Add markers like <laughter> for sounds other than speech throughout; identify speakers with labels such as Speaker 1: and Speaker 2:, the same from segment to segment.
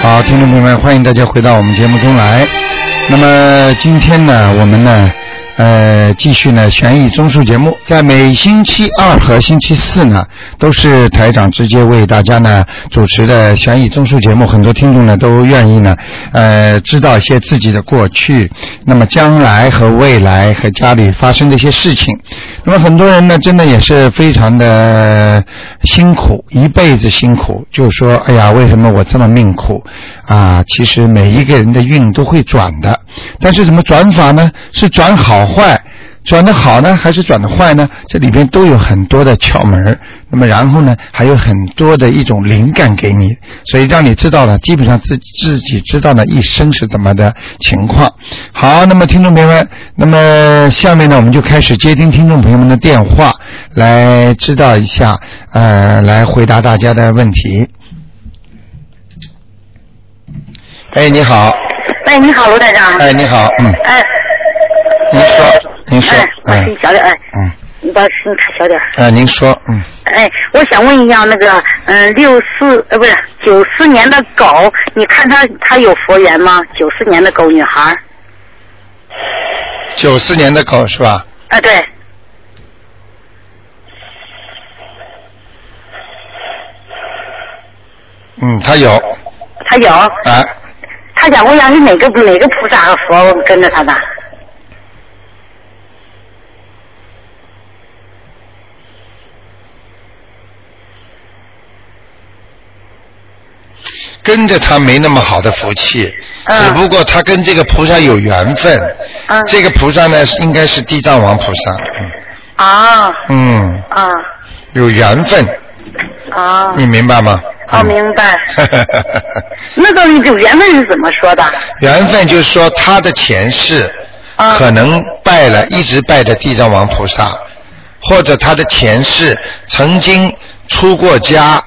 Speaker 1: 好，听众朋友们，欢迎大家回到我们节目中来。那么今天呢，我们呢，呃，继续呢悬疑综述节目，在每星期二和星期四呢，都是台长直接为大家呢主持的悬疑综述节目。很多听众呢都愿意呢，呃，知道一些自己的过去，那么将来和未来和家里发生的一些事情。那么很多人呢，真的也是非常的辛苦，一辈子辛苦，就说哎呀，为什么我这么命苦啊？其实每一个人的运都会转的，但是怎么转法呢？是转好坏。转的好呢，还是转的坏呢？这里边都有很多的窍门儿那么然后呢，还有很多的一种灵感给你，所以让你知道了，基本上自自己知道了一生是怎么的情况。好，那么听众朋友们，那么下面呢，我们就开始接听听众朋友们的电话，来知道一下，呃，来回答大家的问题。哎，你好，
Speaker 2: 喂，你好，卢台长。
Speaker 1: 哎，你好，嗯，
Speaker 2: 哎，
Speaker 1: 您说，您说，
Speaker 2: 哎，我
Speaker 1: 哎
Speaker 2: 声音，小点，哎，
Speaker 1: 嗯，
Speaker 2: 你把声音开小点。
Speaker 1: 哎，您说，嗯。
Speaker 2: 哎，我想问一下那个，嗯，六四呃不是九四年的狗，你看它它有佛缘吗？九四年的狗女孩儿，
Speaker 1: 九四年的狗是吧？
Speaker 2: 啊对，
Speaker 1: 嗯，它有
Speaker 2: 它有，
Speaker 1: 啊，
Speaker 2: 它想问一下是哪个哪个菩萨和佛跟着它的？
Speaker 1: 跟着它没那么好的福气，
Speaker 2: 嗯
Speaker 1: 只不过它跟这个菩萨有缘分。
Speaker 2: 嗯
Speaker 1: 这个菩萨呢，应该是地藏王菩萨。
Speaker 2: 啊
Speaker 1: 嗯，嗯
Speaker 2: 啊
Speaker 1: 有缘分，
Speaker 2: 啊！
Speaker 1: 你明白吗？
Speaker 2: 嗯哦，
Speaker 1: 嗯
Speaker 2: 明白。
Speaker 1: 白。
Speaker 2: 那个有缘分是怎么说的？
Speaker 1: <laughs> 缘分就是说，他的前世
Speaker 2: 嗯
Speaker 1: 可能拜了，一直拜的地藏王菩萨，或者他的前世曾经出过家，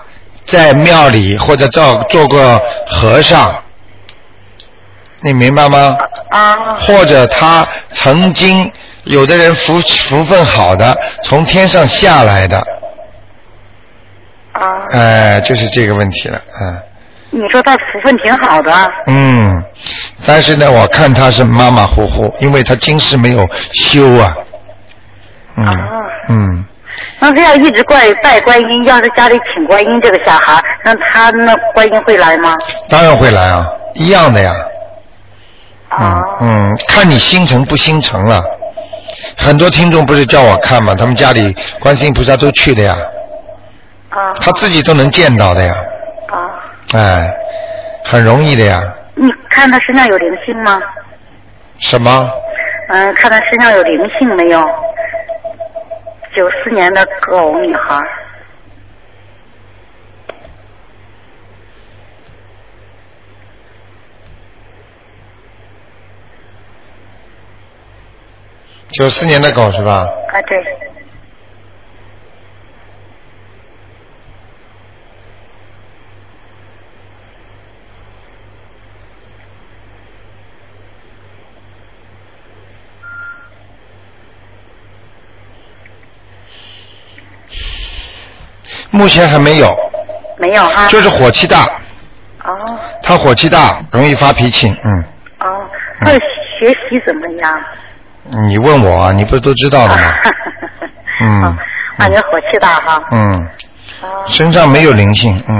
Speaker 1: 在庙里或者做做过和尚，你明白吗？
Speaker 2: 啊
Speaker 1: 或者他曾经有的人福福分好的，从天上下来的，
Speaker 2: 啊！
Speaker 1: 哎、就是这个问题了，嗯。
Speaker 2: 你说它福分挺好的，
Speaker 1: 嗯，但是呢，我看他是马马虎虎，因为他今世没有修啊。嗯、
Speaker 2: 啊
Speaker 1: 嗯，
Speaker 2: 那这样一直怪拜观音，要是家里请观音这个小孩儿，那他那观音会来吗？
Speaker 1: 当然会来啊，一样的呀。嗯
Speaker 2: 啊、
Speaker 1: 嗯，看你心诚不心诚了。很多听众不是叫我看嘛，他们家里观世音菩萨都去的呀，
Speaker 2: 啊
Speaker 1: 他自己都能见到的呀，
Speaker 2: 啊！
Speaker 1: 哎，很容易的呀。
Speaker 2: 你看他身上有灵性吗？
Speaker 1: 什么？
Speaker 2: 嗯，看他身上有灵性没有？九四年的狗女孩儿，
Speaker 1: 九四年的狗是吧？
Speaker 2: 啊对，
Speaker 1: 目前还没有，
Speaker 2: 没有哈。
Speaker 1: 就是火气大，
Speaker 2: 哦
Speaker 1: 他火气大，容易发脾气，嗯。
Speaker 2: 哦，那学习怎么样？
Speaker 1: 你问我啊，你不是都知道
Speaker 2: <laughs>
Speaker 1: 了吗？嗯
Speaker 2: 啊，啊，你火气大哈。
Speaker 1: 嗯，
Speaker 2: 啊
Speaker 1: 身上没有灵性，嗯，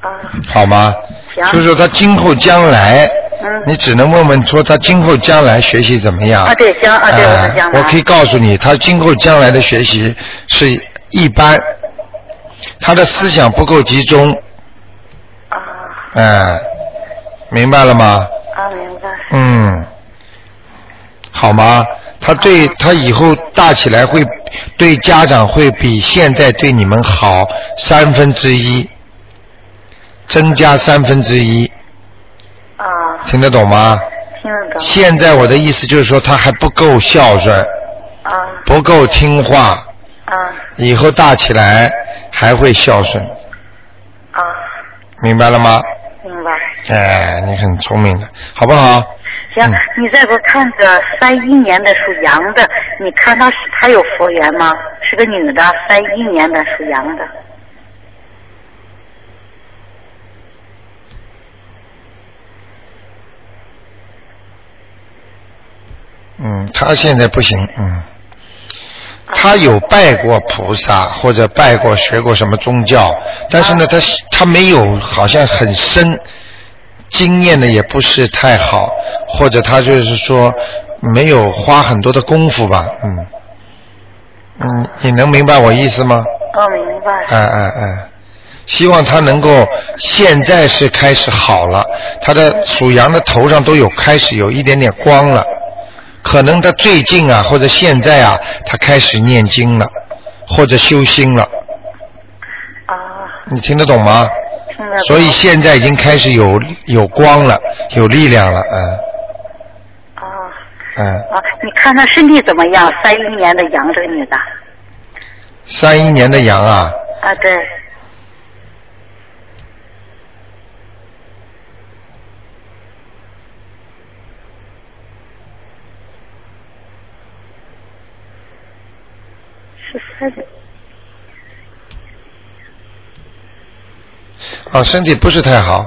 Speaker 2: 啊，
Speaker 1: 好吗？
Speaker 2: 行
Speaker 1: 就是说他今后将来，
Speaker 2: 嗯
Speaker 1: 你只能问问说他今后将来学习怎么样。
Speaker 2: 啊对行啊对
Speaker 1: 哎
Speaker 2: 我是这样的
Speaker 1: 我可以告诉你，他今后将来的学习是一般，他的思想不够集中，
Speaker 2: 啊
Speaker 1: 哎、明白了吗？
Speaker 2: 啊，明白。
Speaker 1: 嗯，好吗？他对他以后大起来会对家长会比现在对你们好三分之一，增加三分之一，
Speaker 2: 啊，
Speaker 1: 听得懂吗？
Speaker 2: 听得懂。
Speaker 1: 现在我的意思就是说他还不够孝顺，
Speaker 2: 啊
Speaker 1: 不够听话，
Speaker 2: 啊
Speaker 1: 以后大起来还会孝顺，
Speaker 2: 啊，
Speaker 1: 明白了吗？
Speaker 2: 明白。
Speaker 1: 哎，你很聪明的，好不好？
Speaker 2: 行
Speaker 1: 嗯，
Speaker 2: 你再给我看个三一年的属羊的，你看她是她有佛缘吗？是个女的，三一年的属羊的。
Speaker 1: 嗯，他现在不行，嗯，他有拜过菩萨或者拜过学过什么宗教，但是呢，他他没有好像很深，经验呢也不是太好，或者他就是说没有花很多的功夫吧，嗯，嗯，你能明白我意思吗？
Speaker 3: 哦，明白。
Speaker 1: 哎哎哎，希望他能够现在是开始好了，他的属羊的头上都有开始有一点点光了，可能他最近啊或者现在啊，他开始念经了，或者修心了，
Speaker 3: 啊，
Speaker 1: 你听得懂吗？
Speaker 3: 听
Speaker 2: 嗯
Speaker 3: 得懂
Speaker 1: 嗯所以现在已经开始有有光了，有力量了，嗯
Speaker 3: 啊
Speaker 1: 嗯，
Speaker 4: 啊，你看她身体怎么样？三一年的羊，这个女的。
Speaker 1: 三一年的羊啊，
Speaker 4: 啊，对。
Speaker 3: 十三年
Speaker 1: 啊身体不是太好，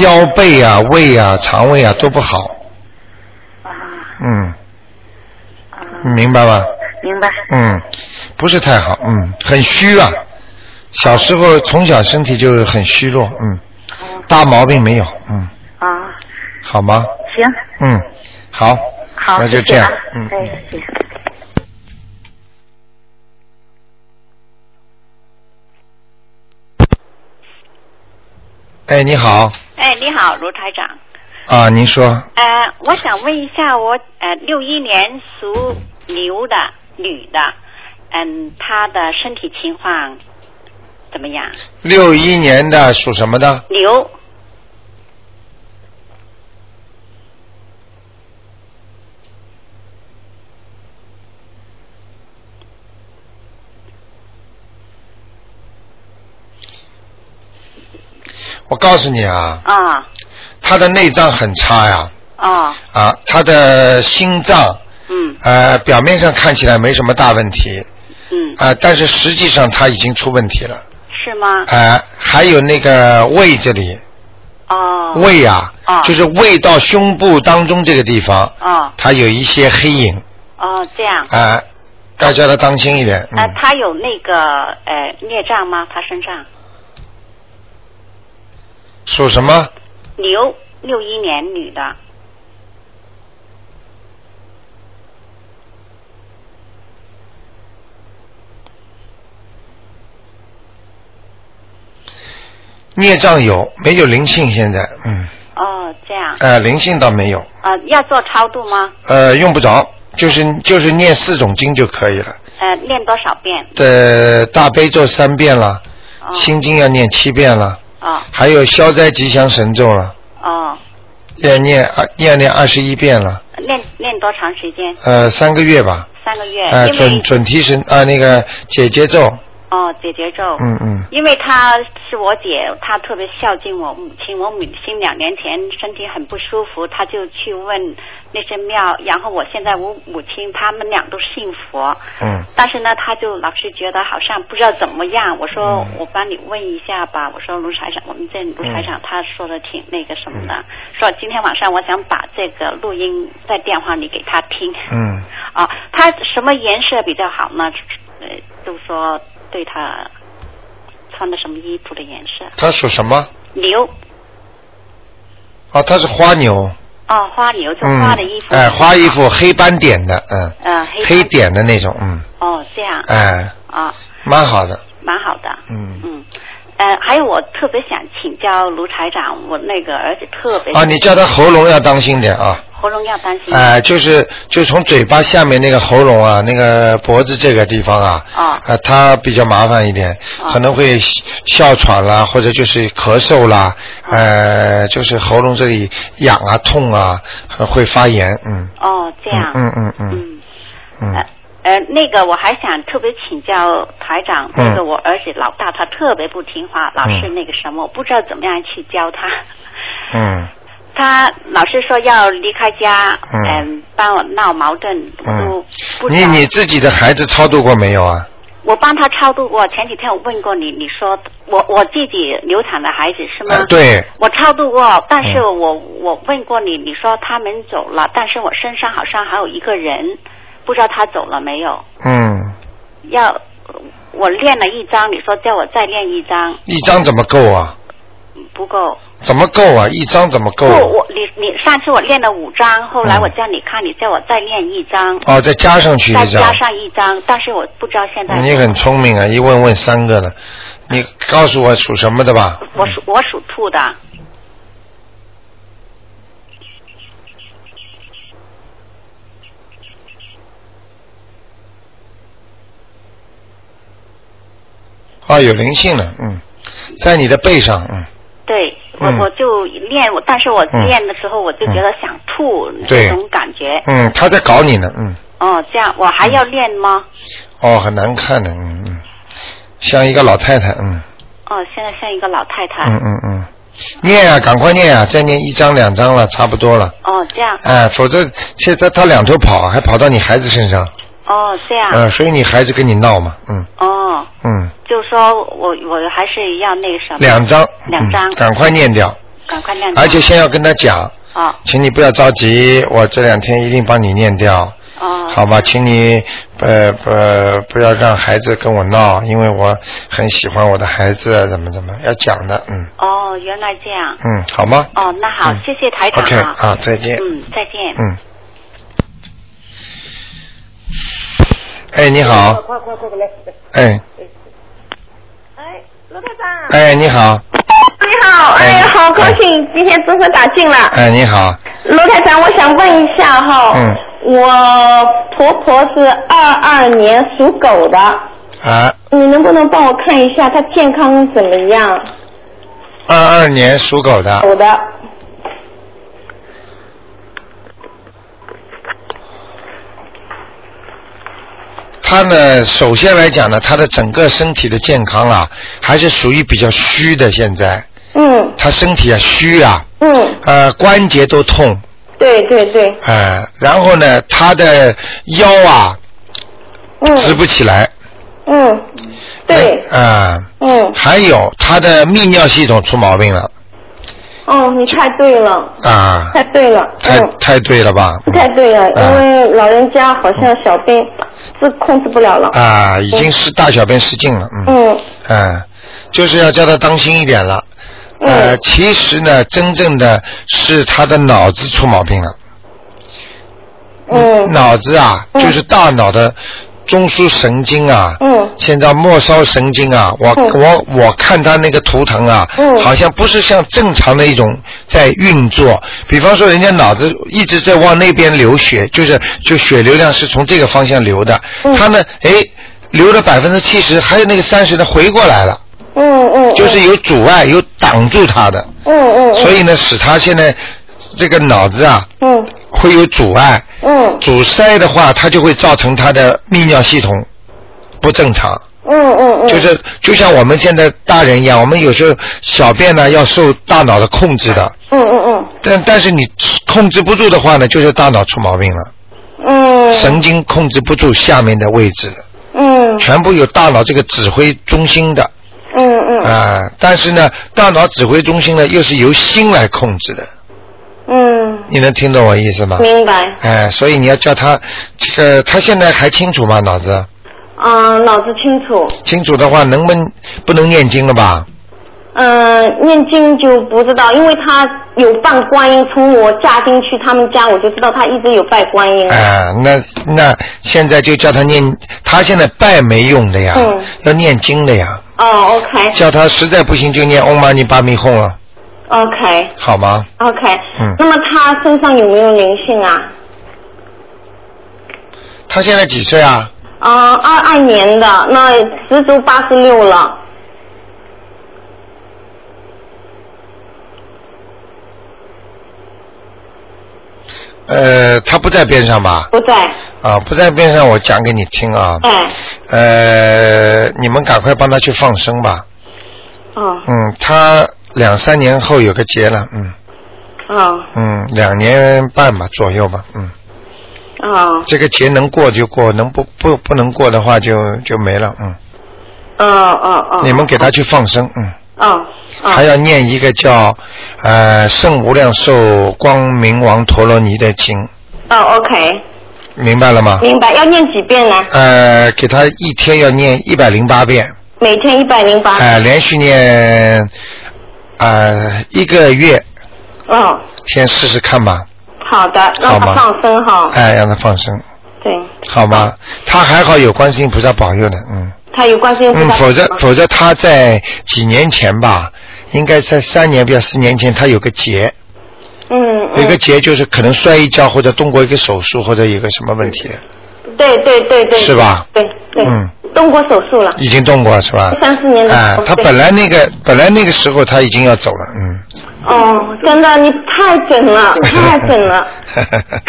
Speaker 1: 腰背啊、胃啊、肠胃啊都不好，
Speaker 3: 啊
Speaker 1: 嗯，
Speaker 3: 啊，
Speaker 1: 你明白吗？
Speaker 3: 明白。
Speaker 1: 嗯，不是太好，嗯，很虚啊。小时候从小身体就很虚弱，嗯，大毛病没有，嗯，
Speaker 3: 啊，
Speaker 1: 好吗？
Speaker 3: 行，
Speaker 1: 嗯，好，
Speaker 3: 好，
Speaker 1: 那就
Speaker 3: 谢谢
Speaker 1: 这样
Speaker 3: 啊，
Speaker 1: 嗯。
Speaker 3: 哎，谢谢。
Speaker 1: 哎，你好，
Speaker 5: 哎，你好，卢台长。
Speaker 1: 啊，您说，
Speaker 5: 呃，我想问一下我，呃六一年属牛的女的，嗯，她的身体情况怎么样？
Speaker 1: 六一年的属什么的？
Speaker 5: 牛
Speaker 1: 我告诉你啊，
Speaker 5: 啊
Speaker 1: 他的内脏很差呀、
Speaker 5: 哦，
Speaker 1: 啊，他的心脏，
Speaker 5: 嗯
Speaker 1: 呃，表面上看起来没什么大问题，
Speaker 5: 嗯，
Speaker 1: 啊、但是实际上他已经出问题了，
Speaker 5: 是吗？
Speaker 1: 啊，还有那个胃这里，
Speaker 5: 哦
Speaker 1: 胃啊，
Speaker 5: 啊
Speaker 1: 就是胃到胸部当中这个地方，
Speaker 5: 哦
Speaker 1: 它有一些黑影
Speaker 5: 哦，这样。
Speaker 1: 啊、大家要当心一点。嗯
Speaker 5: 呃，她有那个呃孽障吗？她身上
Speaker 1: 属什么？
Speaker 5: 牛六一年女的
Speaker 1: 孽障有，没有灵性现在，嗯，
Speaker 5: 哦，这样
Speaker 1: 呃，灵性倒没有，
Speaker 5: 呃，要做超度吗？
Speaker 1: 呃，用不着，就是就是念四种经就可以了，
Speaker 5: 呃，念多少遍？
Speaker 1: 呃，大悲咒三遍了，
Speaker 5: 哦
Speaker 1: 心经要念七遍了，
Speaker 5: 哦
Speaker 1: 还有消灾吉祥神咒了，
Speaker 5: 哦，
Speaker 1: 要念啊要念二十一遍了，
Speaker 5: 练练多长时间？
Speaker 1: 呃，三个月吧，
Speaker 5: 三个月，
Speaker 1: 呃，
Speaker 5: 因为
Speaker 1: 准准提神啊、那个姐姐咒，
Speaker 5: 哦，解决咒，
Speaker 1: 嗯嗯。
Speaker 5: 因为她是我姐，她特别孝敬我母亲。我母亲两年前身体很不舒服，她就去问那些庙，然后我现在我母亲他们俩都信佛，
Speaker 1: 嗯，
Speaker 5: 但是呢，她就老是觉得好像不知道怎么样。我说、
Speaker 1: 嗯
Speaker 5: 我帮你问一下吧，我说卢台长，我们这卢
Speaker 1: 嗯
Speaker 5: 台长他说的挺那个什么的，说今天晚上我想把这个录音在电话里给他听。
Speaker 1: 嗯，
Speaker 5: 啊，它什么颜色比较好呢？呃，就说对它穿的什么衣服的颜色。
Speaker 1: 他属什么？
Speaker 5: 牛
Speaker 1: 哦，他是花牛。
Speaker 5: 哦，花牛就
Speaker 1: 嗯。
Speaker 5: 花的衣服。
Speaker 1: 哎，花衣。服黑斑点的，嗯。
Speaker 5: 呃，
Speaker 1: 黑
Speaker 5: 黑
Speaker 1: 点的那种，嗯，
Speaker 5: 哦，这样
Speaker 1: 哎，
Speaker 5: 啊，
Speaker 1: 蛮好的，
Speaker 5: 蛮好的。
Speaker 1: 嗯。
Speaker 5: 嗯，呃，还有我特别想请教卢台长，我那个儿子特别
Speaker 1: 啊，你叫他喉咙要当心点啊，
Speaker 5: 喉咙要担心。
Speaker 1: 哎，就是就从嘴巴下面那个喉咙啊，那个脖子这个地方啊，
Speaker 5: 啊
Speaker 1: 呃，它比较麻烦一点，
Speaker 5: 啊
Speaker 1: 可能会哮哮喘啦，或者就是咳嗽啦，
Speaker 5: 啊
Speaker 1: 呃，就是喉咙这里痒啊、痛啊，呃会发炎，嗯，
Speaker 5: 哦，这样。
Speaker 1: 嗯嗯嗯嗯
Speaker 5: 嗯。
Speaker 1: 嗯
Speaker 5: 呃，呃，那个我还想特别请教台长，那个
Speaker 1: 嗯
Speaker 5: 我儿子老大他特别不听话，老是
Speaker 1: 嗯
Speaker 5: 那个什么，我不知道怎么样去教他。 <laughs>
Speaker 1: 嗯，
Speaker 5: 他老是说要离开家，
Speaker 1: 嗯
Speaker 5: 嗯，帮我闹矛盾，我
Speaker 1: 嗯
Speaker 5: 都不知
Speaker 1: 你
Speaker 5: 道。
Speaker 1: 你自己的孩子超度过没有啊？
Speaker 5: 我帮他超度过。前几天我问过你，你说我我自己流产的孩子是吗？
Speaker 1: 啊对，嗯
Speaker 5: 我超度过，但是我、我问过你，你说他们走了，但是我身上好像还有一个人，不知道他走了没有？
Speaker 1: 嗯，
Speaker 5: 要我练了一张，你说叫我再练一张，嗯
Speaker 1: 一张怎么够啊？
Speaker 5: 不够。
Speaker 1: 怎么够啊？一张怎么够？
Speaker 5: 不，我你你上次我练了五张，后来
Speaker 1: 嗯
Speaker 5: 我叫你看，你叫我再练一张，
Speaker 1: 哦，再加上去
Speaker 5: 再
Speaker 1: 一
Speaker 5: 加
Speaker 1: 张。
Speaker 5: 上一张，但是我不知道现在。
Speaker 1: 你很聪明啊，一问问三个了。你告诉我属什么的吧？
Speaker 5: 我属我属兔的，
Speaker 1: 啊，有灵性了，嗯，在你的背上，嗯，
Speaker 5: 对，我、
Speaker 1: 嗯
Speaker 5: 我就练，我但是我
Speaker 1: 嗯
Speaker 5: 练的时候我就觉得想吐、
Speaker 1: 对
Speaker 5: 那种感觉。
Speaker 1: 嗯，他在搞你呢，嗯，
Speaker 5: 哦，这样我还要练吗？
Speaker 1: 哦，很难看的，嗯嗯，像一个老太太，嗯
Speaker 5: 哦，现在像一个老太太。
Speaker 1: 嗯嗯嗯，念啊，赶快念啊，再念一张两张了，差不多了，
Speaker 5: 哦，这样，
Speaker 1: 哎，否则现在他两头跑，还跑到你孩子身上，
Speaker 5: 哦，这样，
Speaker 1: 嗯、所以你孩子跟你闹嘛，嗯
Speaker 5: 哦，
Speaker 1: 嗯，
Speaker 5: 就说我我还是要那个什么，
Speaker 1: 两张，
Speaker 5: 嗯两张嗯
Speaker 1: 嗯，赶快念掉，
Speaker 5: 赶快练。
Speaker 1: 而且先要跟他讲，
Speaker 5: 哦
Speaker 1: 请你不要着急，我这两天一定帮你念掉。
Speaker 5: 哦，
Speaker 1: 好吧，请你呃呃不要让孩子跟我闹，因为我很喜欢我的孩子，啊怎么怎么要讲的，嗯
Speaker 5: 哦，原来这样。
Speaker 1: 嗯，好吗？
Speaker 5: 哦，那好，
Speaker 1: 嗯
Speaker 5: 谢谢台长
Speaker 1: OK
Speaker 5: 啊。
Speaker 1: 啊，再见。
Speaker 5: 嗯，再见。
Speaker 1: 嗯。哎，你好。哎
Speaker 6: 哎，卢科长，
Speaker 1: 哎，你好，
Speaker 6: 你好，哎
Speaker 1: 嗯
Speaker 6: 呀，好高兴，今天终于打进了。
Speaker 1: 哎你好，
Speaker 6: 卢台长，我想问一下哈，
Speaker 1: 嗯
Speaker 6: 我婆婆是二二年属狗的，
Speaker 1: 啊，
Speaker 6: 你能不能帮我看一下她健康怎么样？
Speaker 1: 二二年属狗的，
Speaker 6: 狗的，
Speaker 1: 他呢，首先来讲呢，他的整个身体的健康啊，还是属于比较虚的，现在
Speaker 6: 嗯
Speaker 1: 他身体啊虚啊，
Speaker 6: 嗯，
Speaker 1: 呃，关节都痛，
Speaker 6: 对对对，
Speaker 1: 呃，然后呢，他的腰啊
Speaker 6: 嗯
Speaker 1: 直不起来，
Speaker 6: 嗯，对，
Speaker 1: 啊、
Speaker 6: 嗯
Speaker 1: 还有他的泌尿系统出毛病了
Speaker 6: 哦，你太对了，
Speaker 1: 啊、
Speaker 6: 太对了，
Speaker 1: 太
Speaker 6: 嗯。
Speaker 1: 太对了吧？
Speaker 6: 太对了，
Speaker 1: 啊
Speaker 6: 因为老人家好像小便是控制不了了。
Speaker 1: 啊、已经是大小便失禁了，嗯，
Speaker 6: 嗯
Speaker 1: 嗯、就是要叫他当心一点了。呃，
Speaker 6: 嗯
Speaker 1: 其实呢，真正的是他的脑子出毛病了，
Speaker 6: 嗯
Speaker 1: 脑子啊，
Speaker 6: 嗯
Speaker 1: 就是大脑的中枢神经啊，
Speaker 6: 嗯
Speaker 1: 现在末梢神经啊，我、
Speaker 6: 嗯
Speaker 1: 我我看他那个图腾啊，
Speaker 6: 嗯
Speaker 1: 好像不是像正常的一种在运作。比方说，人家脑子一直在往那边流血，就是就血流量是从这个方向流的，
Speaker 6: 嗯
Speaker 1: 他呢，哎，流了百分之七十，还有那个三十的回过来了，
Speaker 6: 嗯嗯，
Speaker 1: 就是有阻碍，有挡住他的，
Speaker 6: 嗯嗯，
Speaker 1: 所以呢，使他现在这个脑子啊
Speaker 6: 嗯
Speaker 1: 会有阻碍，
Speaker 6: 嗯
Speaker 1: 阻塞的话，它就会造成他的泌尿系统不正常。
Speaker 6: 嗯嗯嗯，
Speaker 1: 就是就像我们现在大人一样，我们有时候小便呢要受大脑的控制的，
Speaker 6: 嗯嗯
Speaker 1: 但但是你控制不住的话呢，就是大脑出毛病了，
Speaker 6: 嗯嗯
Speaker 1: 神经控制不住下面的位置，
Speaker 6: 嗯
Speaker 1: 全部有大脑这个指挥中心的
Speaker 6: 嗯
Speaker 1: 啊、
Speaker 6: 嗯
Speaker 1: 但是呢，大脑指挥中心呢又是由心来控制的，
Speaker 6: 嗯，
Speaker 1: 你能听懂我意思吗？
Speaker 6: 明白。
Speaker 1: 哎、所以你要叫他这个，他现在还清楚吗？脑子
Speaker 6: 嗯，脑子清楚。
Speaker 1: 清楚的话，能不能不能念经了吧？
Speaker 6: 嗯，念经就不知道，因为他有拜观音，从我嫁进去他们家，我就知道他一直有拜观音。
Speaker 1: 啊，那那现在就叫他念，他现在拜没用的呀，
Speaker 6: 嗯
Speaker 1: 要念经的呀。
Speaker 6: 哦，OK
Speaker 1: 叫他实在不行就念 Om Mani Padme Hum 了，
Speaker 6: OK
Speaker 1: 好吗？
Speaker 6: OK。
Speaker 1: 嗯
Speaker 6: 那么他身上有没有灵性啊？
Speaker 1: 他现在几岁啊？
Speaker 6: 嗯，二二年的，那十足八十六了。
Speaker 1: 呃，他不在边上吧？
Speaker 6: 不在，
Speaker 1: 啊，不在边上，我讲给你听啊。
Speaker 6: 哎，
Speaker 1: 呃，你们赶快帮他去放生吧。
Speaker 6: 哦，
Speaker 1: 嗯，他两三年后有个结了，嗯
Speaker 6: 哦，
Speaker 1: 嗯，两年半吧左右吧，嗯
Speaker 6: 啊，
Speaker 1: 这个节能过就过，能不不不能过的话就就没了，嗯。
Speaker 6: 哦哦哦，
Speaker 1: 你们给他去放生，嗯。
Speaker 6: 哦哦，
Speaker 1: 还要念一个叫呃圣无量寿光明王陀罗尼的经，
Speaker 6: 哦，OK，
Speaker 1: 明白了吗？
Speaker 6: 明白，要念几遍呢？
Speaker 1: 呃，给他一天要念一百零八遍，
Speaker 6: 每天一百零八，
Speaker 1: 哎、连续念呃一个月，
Speaker 6: 嗯，
Speaker 1: 先试试看吧，
Speaker 6: 好的，
Speaker 1: 好
Speaker 6: 让
Speaker 1: 吗
Speaker 6: 他放生哈，
Speaker 1: 哎、让他放生，
Speaker 6: 对，
Speaker 1: 好吗？他还好有观世音菩萨保佑呢，嗯。
Speaker 6: 他有关心菩
Speaker 1: 嗯，
Speaker 6: 萨
Speaker 1: 否则
Speaker 6: 吗
Speaker 1: 否则他在几年前吧，应该在三年不要四年前，他有个结，
Speaker 6: 嗯
Speaker 1: 有个
Speaker 6: 嗯，
Speaker 1: 结就是可能摔一跤或者动过一个手术或者有个什么问题，
Speaker 6: 对对对对，
Speaker 1: 是吧？
Speaker 6: 对对，
Speaker 1: 嗯
Speaker 6: 动过手术了，
Speaker 1: 已经动过是吧？
Speaker 6: 三四年的
Speaker 1: 啊
Speaker 6: 手，术
Speaker 1: 他本来那个本来那个时候他已经要走了，嗯。
Speaker 6: 哦，真的你太
Speaker 1: <laughs>
Speaker 6: 准了，太准了。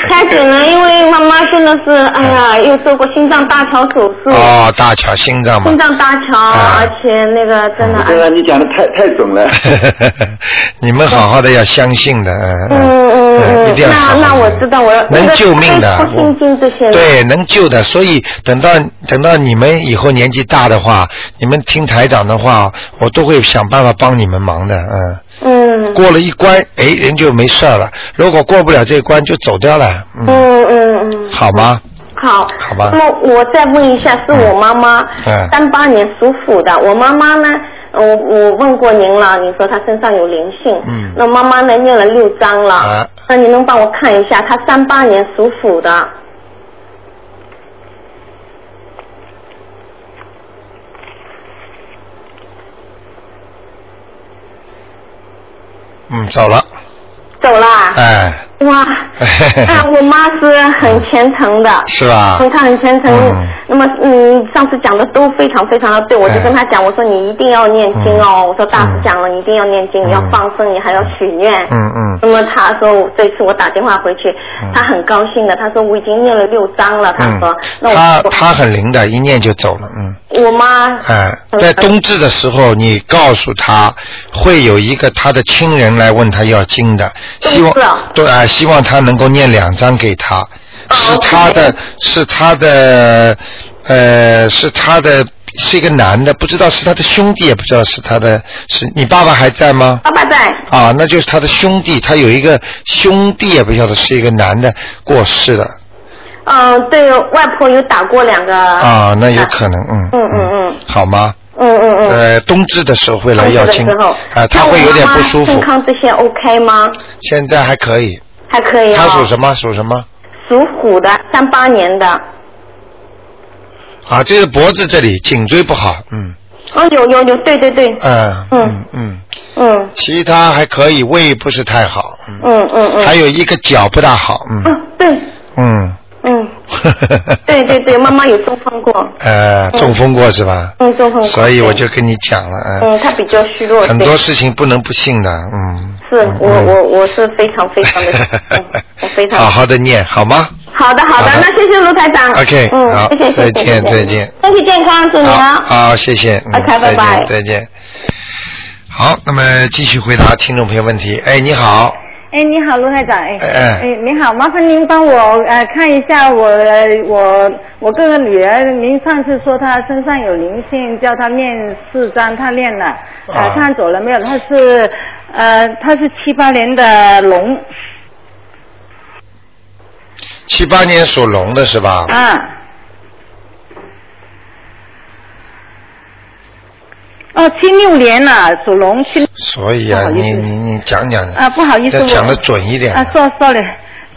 Speaker 6: 太准了，因为妈妈真的
Speaker 1: <laughs>
Speaker 6: 是，哎呀，又做过心脏搭桥手术，
Speaker 1: 哦，大桥心脏嘛
Speaker 6: 嗯心。脏搭桥，
Speaker 1: 啊
Speaker 6: 而且那个真的，
Speaker 1: 嗯
Speaker 6: 哎
Speaker 7: 对啊，你讲的太太准了。
Speaker 1: <laughs> 你们好好的要相信的，嗯
Speaker 6: 嗯嗯嗯
Speaker 1: 一定要好好地嗯
Speaker 6: 那那我知道我要
Speaker 1: 能救命的
Speaker 6: 那个，心经这些的
Speaker 1: 对，能救的。所以等到等到你们以后年纪大的话，你们听台长的话，我都会想办法帮你们忙的，嗯。
Speaker 6: 嗯
Speaker 1: 过了一关，哎，人就没事儿了。如果过不了这一关，就走掉了，嗯，
Speaker 6: 嗯嗯嗯，
Speaker 1: 好吗？
Speaker 6: 好，
Speaker 1: 好吧
Speaker 6: 那么我再问一下，是我妈妈
Speaker 1: 嗯，
Speaker 6: 三八年属虎的，我妈妈呢？我我问过您了，你说她身上有灵性，
Speaker 1: 嗯
Speaker 6: 那妈妈呢念了六章了，
Speaker 1: 啊
Speaker 6: 那你能帮我看一下，她三八年属虎的，
Speaker 1: 嗯，走了，
Speaker 6: 走了啊，
Speaker 1: 哎， <laughs>
Speaker 6: 哇，啊，我妈是很虔诚的，
Speaker 1: 是吧？
Speaker 6: 嗯她很虔诚。
Speaker 1: 啊嗯
Speaker 6: 那么你上次讲的都非常非常的对，我就
Speaker 1: 哎
Speaker 6: 跟她讲，我说你一定要念经哦，我说大师
Speaker 1: 嗯
Speaker 6: 讲了，你一定要念经，你要
Speaker 1: 嗯
Speaker 6: 放生，你还要许愿。
Speaker 1: 嗯嗯
Speaker 6: 那么她说，我这次我打电话回去，她很高兴的，她说我已经念了六章了，她
Speaker 1: 嗯
Speaker 6: 说，，那
Speaker 1: 他
Speaker 6: 我我
Speaker 1: 他很灵的，一念就走了，嗯。
Speaker 6: 我妈
Speaker 1: 哎，在冬至的时候，你告诉他会有一个他的亲人来问他要经的，希望
Speaker 6: 冬至啊哦
Speaker 1: 对啊、希望他能够念两张给他，是他的，是他的，呃，是他的，是一个男的，不知道是他的兄弟，也不知道是他的，是你爸爸还在吗？
Speaker 6: 爸爸在，
Speaker 1: 啊，那就是他的兄弟，他有一个兄弟，也不晓得是一个男的过世了
Speaker 6: 嗯，对外婆有打过两个，
Speaker 1: 啊，那有可能，嗯
Speaker 6: 嗯嗯嗯，
Speaker 1: 好吗？
Speaker 6: 嗯嗯嗯。
Speaker 1: 呃，冬至的时候会来要
Speaker 6: 的
Speaker 1: 经，
Speaker 6: 时候
Speaker 1: 啊、他会有点不舒
Speaker 6: 那我
Speaker 1: 服。
Speaker 6: 妈妈健康这些 OK 吗？
Speaker 1: 现在还可以。
Speaker 6: 还可以、哦。
Speaker 1: 他属什么？属什么？
Speaker 6: 属虎的，三八年的。
Speaker 1: 啊，这是脖子这里，颈椎不好。嗯，
Speaker 6: 哦，有有有，对对对，
Speaker 1: 嗯，嗯
Speaker 6: 嗯
Speaker 1: 嗯，
Speaker 6: 嗯
Speaker 1: 其他还可以，胃不是太好。嗯，
Speaker 6: 嗯嗯嗯。
Speaker 1: 还有一个脚不大好。嗯
Speaker 6: 嗯，对，
Speaker 1: 嗯，
Speaker 6: 嗯，对对对，妈妈有中风过，
Speaker 1: <laughs> 呃，中风过是吧？
Speaker 6: 嗯，中风过。
Speaker 1: 所以我
Speaker 6: 对
Speaker 1: 就跟你讲了，嗯、
Speaker 6: 嗯，她比较虚弱，
Speaker 1: 很
Speaker 6: 对
Speaker 1: 多事情不能不信的，嗯。
Speaker 6: 是
Speaker 1: 嗯
Speaker 6: 我
Speaker 1: 嗯
Speaker 6: 我我是非常
Speaker 1: <laughs>
Speaker 6: 非常的，嗯我非常
Speaker 1: 好好的念好吗？
Speaker 6: 好的好的
Speaker 1: 好的，
Speaker 6: 那谢谢卢台长。
Speaker 1: OK，好
Speaker 6: 嗯，谢谢
Speaker 1: 再
Speaker 6: 谢谢
Speaker 1: 见
Speaker 6: 谢谢
Speaker 1: 再见
Speaker 6: 身体健康，祝你
Speaker 1: 好，
Speaker 6: 啊。
Speaker 1: 好，谢谢。嗯
Speaker 6: OK，拜
Speaker 1: 再
Speaker 6: 拜
Speaker 1: 见，再见。好，那么继续回答听众朋友问题。哎，你好，
Speaker 2: 哎，你好，卢台长，哎，
Speaker 1: 哎哎
Speaker 2: 哎，你好，麻烦您帮我呃看一下我呃我我哥哥女儿，您上次说她身上有灵性，叫她念四张，她念了，
Speaker 1: 啊
Speaker 2: 呃，看走了没有？她是呃她是七八年的龙，
Speaker 1: 七八年属龙的是吧？
Speaker 2: 啊。哦，七六年了，属龙，七
Speaker 1: 所以啊，
Speaker 2: 不好意
Speaker 1: 你
Speaker 2: 思
Speaker 1: 你你讲讲。
Speaker 2: 啊，不好意思，
Speaker 1: 要
Speaker 2: 我
Speaker 1: 讲的准一点。
Speaker 2: 啊，sorry sorry，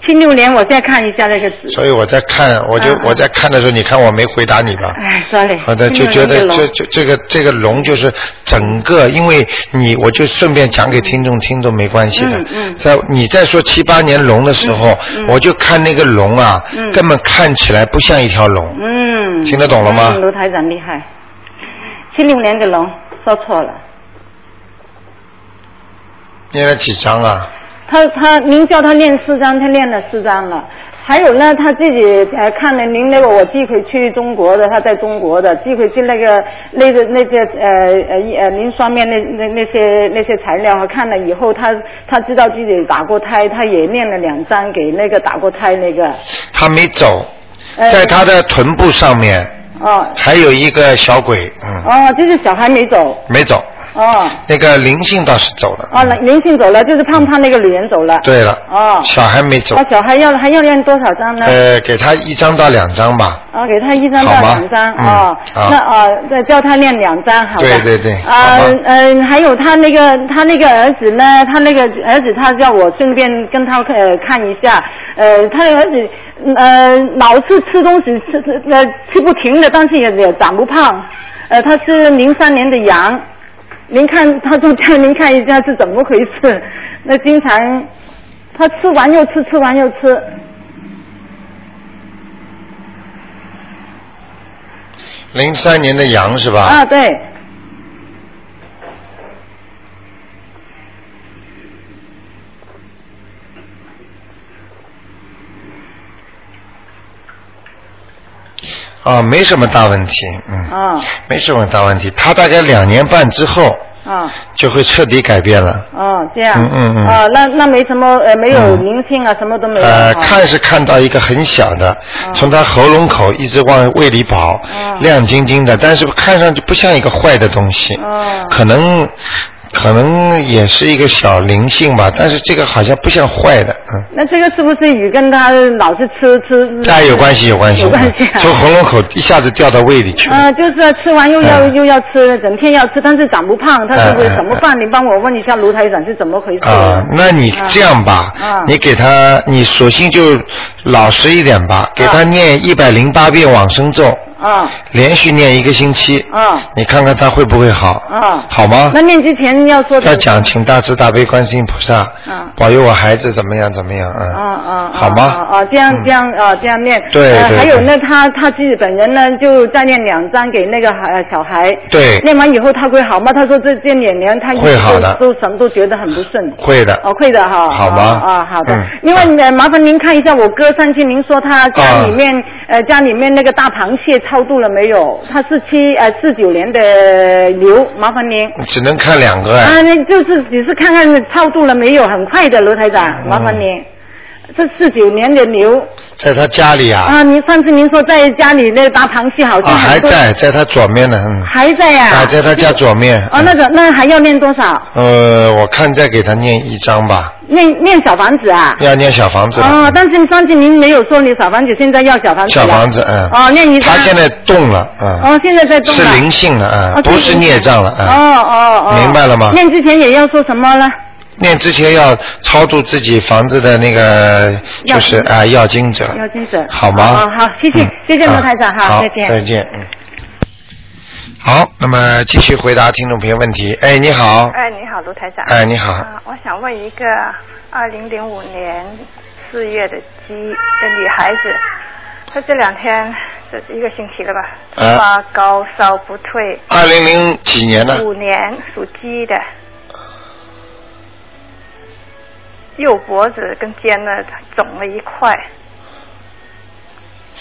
Speaker 2: 七六年，我再看一下那个字，
Speaker 1: 所以我在看，我就
Speaker 2: 啊
Speaker 1: 我在看的时候，你看我没回答你吧？
Speaker 2: 哎，sorry，嗯
Speaker 1: 好的，就
Speaker 2: 76
Speaker 1: 觉得
Speaker 2: 年的龙
Speaker 1: 这这这个这个龙就是整个，因为你我就顺便讲给听众听都没关系的
Speaker 2: 嗯。嗯
Speaker 1: 在你在说七八年龙的时候，我就看那个龙啊，
Speaker 2: 嗯
Speaker 1: 根本看起来不像一条龙。
Speaker 2: 嗯，
Speaker 1: 听得懂了吗
Speaker 2: 嗯卢台长厉害，七六年的龙，说错了。
Speaker 1: 念了几张啊？啊
Speaker 2: 他他，您叫他练四张，他练了四张了。还有呢，他自己呃看了您那个，我寄回去中国的，他在中国的寄回去那个那个那个呃呃呃磷酸面那那那些那些材料，看了以后，他他知道自己打过胎，他也念了两张给那个打过胎那个。
Speaker 1: 他没走，
Speaker 2: 呃
Speaker 1: 在他的臀部上面
Speaker 2: 哦
Speaker 1: 还有一个小鬼，嗯，
Speaker 2: 哦，就是小孩没走
Speaker 1: 没走，
Speaker 2: 哦
Speaker 1: 那个灵性倒是走了。
Speaker 2: 哦，林性走了，就是胖胖那个女人走了。
Speaker 1: 对了，
Speaker 2: 哦，
Speaker 1: 小孩没走
Speaker 2: 他，小孩要还要念多少张呢？
Speaker 1: 呃，给他一张到两张吧。
Speaker 2: 啊，给他一张到
Speaker 1: 好吗
Speaker 2: 两张
Speaker 1: 嗯
Speaker 2: 哦，
Speaker 1: 好
Speaker 2: 那哦，再叫他练两张，好吧？
Speaker 1: 对对对
Speaker 2: 啊
Speaker 1: 好吧
Speaker 2: 嗯，还有他那个他那个儿子呢，他那个儿子他叫我顺便跟他呃看一下，呃，他的儿子呃老是吃东西吃吃呃吃不停的，但是也也长不胖，呃，他是零三年的羊，您看他就叫您看一下是怎么回事？那经常他吃完又吃，吃完又吃。
Speaker 1: 零三年的羊是吧？
Speaker 2: 啊，对，
Speaker 1: 啊，没什么大问题，嗯，
Speaker 2: 啊
Speaker 1: 没什么大问题。他大概两年半之后
Speaker 6: 嗯
Speaker 2: 啊。
Speaker 1: 就会彻底改变了。
Speaker 2: 哦，这样。
Speaker 1: 嗯嗯嗯
Speaker 6: 啊
Speaker 2: 哦，那那没什么，呃，没有
Speaker 1: 嗯
Speaker 2: 灵性啊，什么都没有。
Speaker 1: 呃，
Speaker 2: 哦
Speaker 1: 看是看到一个很小
Speaker 2: 啊
Speaker 1: 的，从他喉咙口一直往胃里跑，
Speaker 2: 嗯
Speaker 1: 亮晶晶的，但是看上去不像一个坏的东西，
Speaker 2: 哦
Speaker 1: 可能可能也是一个小灵性吧，但是这个好像不像坏的，嗯。
Speaker 2: 那这个是不是与跟他老是吃吃？
Speaker 1: 那有关系，有关系，
Speaker 2: 嗯
Speaker 1: 嗯
Speaker 2: 有关系啊。
Speaker 1: 从喉咙口一下子掉到胃里去了。
Speaker 2: 啊，就是吃完又要
Speaker 1: 嗯
Speaker 2: 又要吃，整天要吃，但是长不胖，他是不是
Speaker 1: 嗯嗯
Speaker 2: 怎么办？你帮我问一下卢台长是怎么回事？
Speaker 1: 啊，那你这样吧，
Speaker 2: 啊
Speaker 1: 你给他，你索性就老实一点吧，给他念一百零八遍往生咒，
Speaker 2: 啊
Speaker 1: 连续念一个星期，
Speaker 2: 啊
Speaker 1: 你看看他会不会好，
Speaker 2: 啊！
Speaker 1: 好吗
Speaker 2: 那？念之前要说
Speaker 1: 要
Speaker 2: 的。
Speaker 1: 讲请大慈大悲观世音菩萨
Speaker 2: 啊
Speaker 1: 保佑我孩子怎么样怎么样，嗯，
Speaker 2: 啊啊，
Speaker 1: 好吗？
Speaker 2: 啊，这样
Speaker 1: 嗯
Speaker 2: 这样啊，这样念。
Speaker 1: 对
Speaker 2: 呃
Speaker 1: 对
Speaker 2: 还有
Speaker 1: 对
Speaker 2: 呢，他他自己本人呢，就再念两张给那个孩呃小孩。
Speaker 1: 对，
Speaker 2: 念完以后他会好吗？他说这这两年他一
Speaker 1: 会好
Speaker 2: 直
Speaker 1: 的
Speaker 2: 都都什么都觉得很不顺。
Speaker 1: 会的。
Speaker 2: 哦，会的哈。
Speaker 1: 好吗
Speaker 2: 啊，啊好的
Speaker 1: 嗯。
Speaker 2: 另外，呃麻烦您看一下我哥上次您说他家里
Speaker 1: 啊
Speaker 2: 面呃家里面那个大螃蟹超度了没有？他是七呃四九年的牛，麻烦您。
Speaker 1: 只能看两个
Speaker 2: 啊，
Speaker 1: 哎，
Speaker 2: 那就是只是看看超度了没有，很快的，罗台长，
Speaker 1: 嗯
Speaker 2: 麻烦您。这四九年的牛
Speaker 1: 在他家里啊，
Speaker 2: 啊，您上次您说在家里那个大螃蟹好像
Speaker 1: 啊还
Speaker 2: 很多
Speaker 1: 在，在他左面呢，嗯，
Speaker 2: 还在呀、
Speaker 1: 啊，在他家左面。嗯
Speaker 2: 哦，那个那还要念多少？
Speaker 1: 呃，我看再给他念一张吧，
Speaker 2: 念念小房子啊？
Speaker 1: 要念小房子了。
Speaker 2: 哦
Speaker 1: 嗯，
Speaker 2: 但是上次您没有说你小房子，现在要小房子
Speaker 1: 小
Speaker 2: 了
Speaker 1: 房子，嗯。
Speaker 2: 哦，念一张。
Speaker 1: 他现在动了，嗯。
Speaker 2: 哦，现在在动
Speaker 1: 是
Speaker 2: 了。
Speaker 1: 灵性了，嗯，
Speaker 2: 哦
Speaker 1: 不是孽障了，嗯。
Speaker 2: 哦哦哦。
Speaker 1: 明白了吗
Speaker 2: 念之前也要说什么呢？
Speaker 1: 念之前要超度自己房子的那个，就是
Speaker 2: 要经者
Speaker 1: 啊，要经者。
Speaker 2: 要精神。
Speaker 1: 好吗？
Speaker 2: 哦，好，谢谢
Speaker 1: 嗯，
Speaker 2: 谢谢罗台长，
Speaker 1: 啊好，
Speaker 2: 再见。
Speaker 1: 再见，嗯。好，那么继续回答听众朋友问题。哎，你好，
Speaker 3: 哎，你好，卢台长。
Speaker 1: 哎，你好，
Speaker 3: 啊，我想问一个二零零五年四月的鸡的女孩子，她这两天这一个星期了吧，
Speaker 1: 啊
Speaker 3: 发高烧不退，
Speaker 1: 二零零几年的，
Speaker 3: 五年属鸡的，右脖子跟肩呢肿了一块，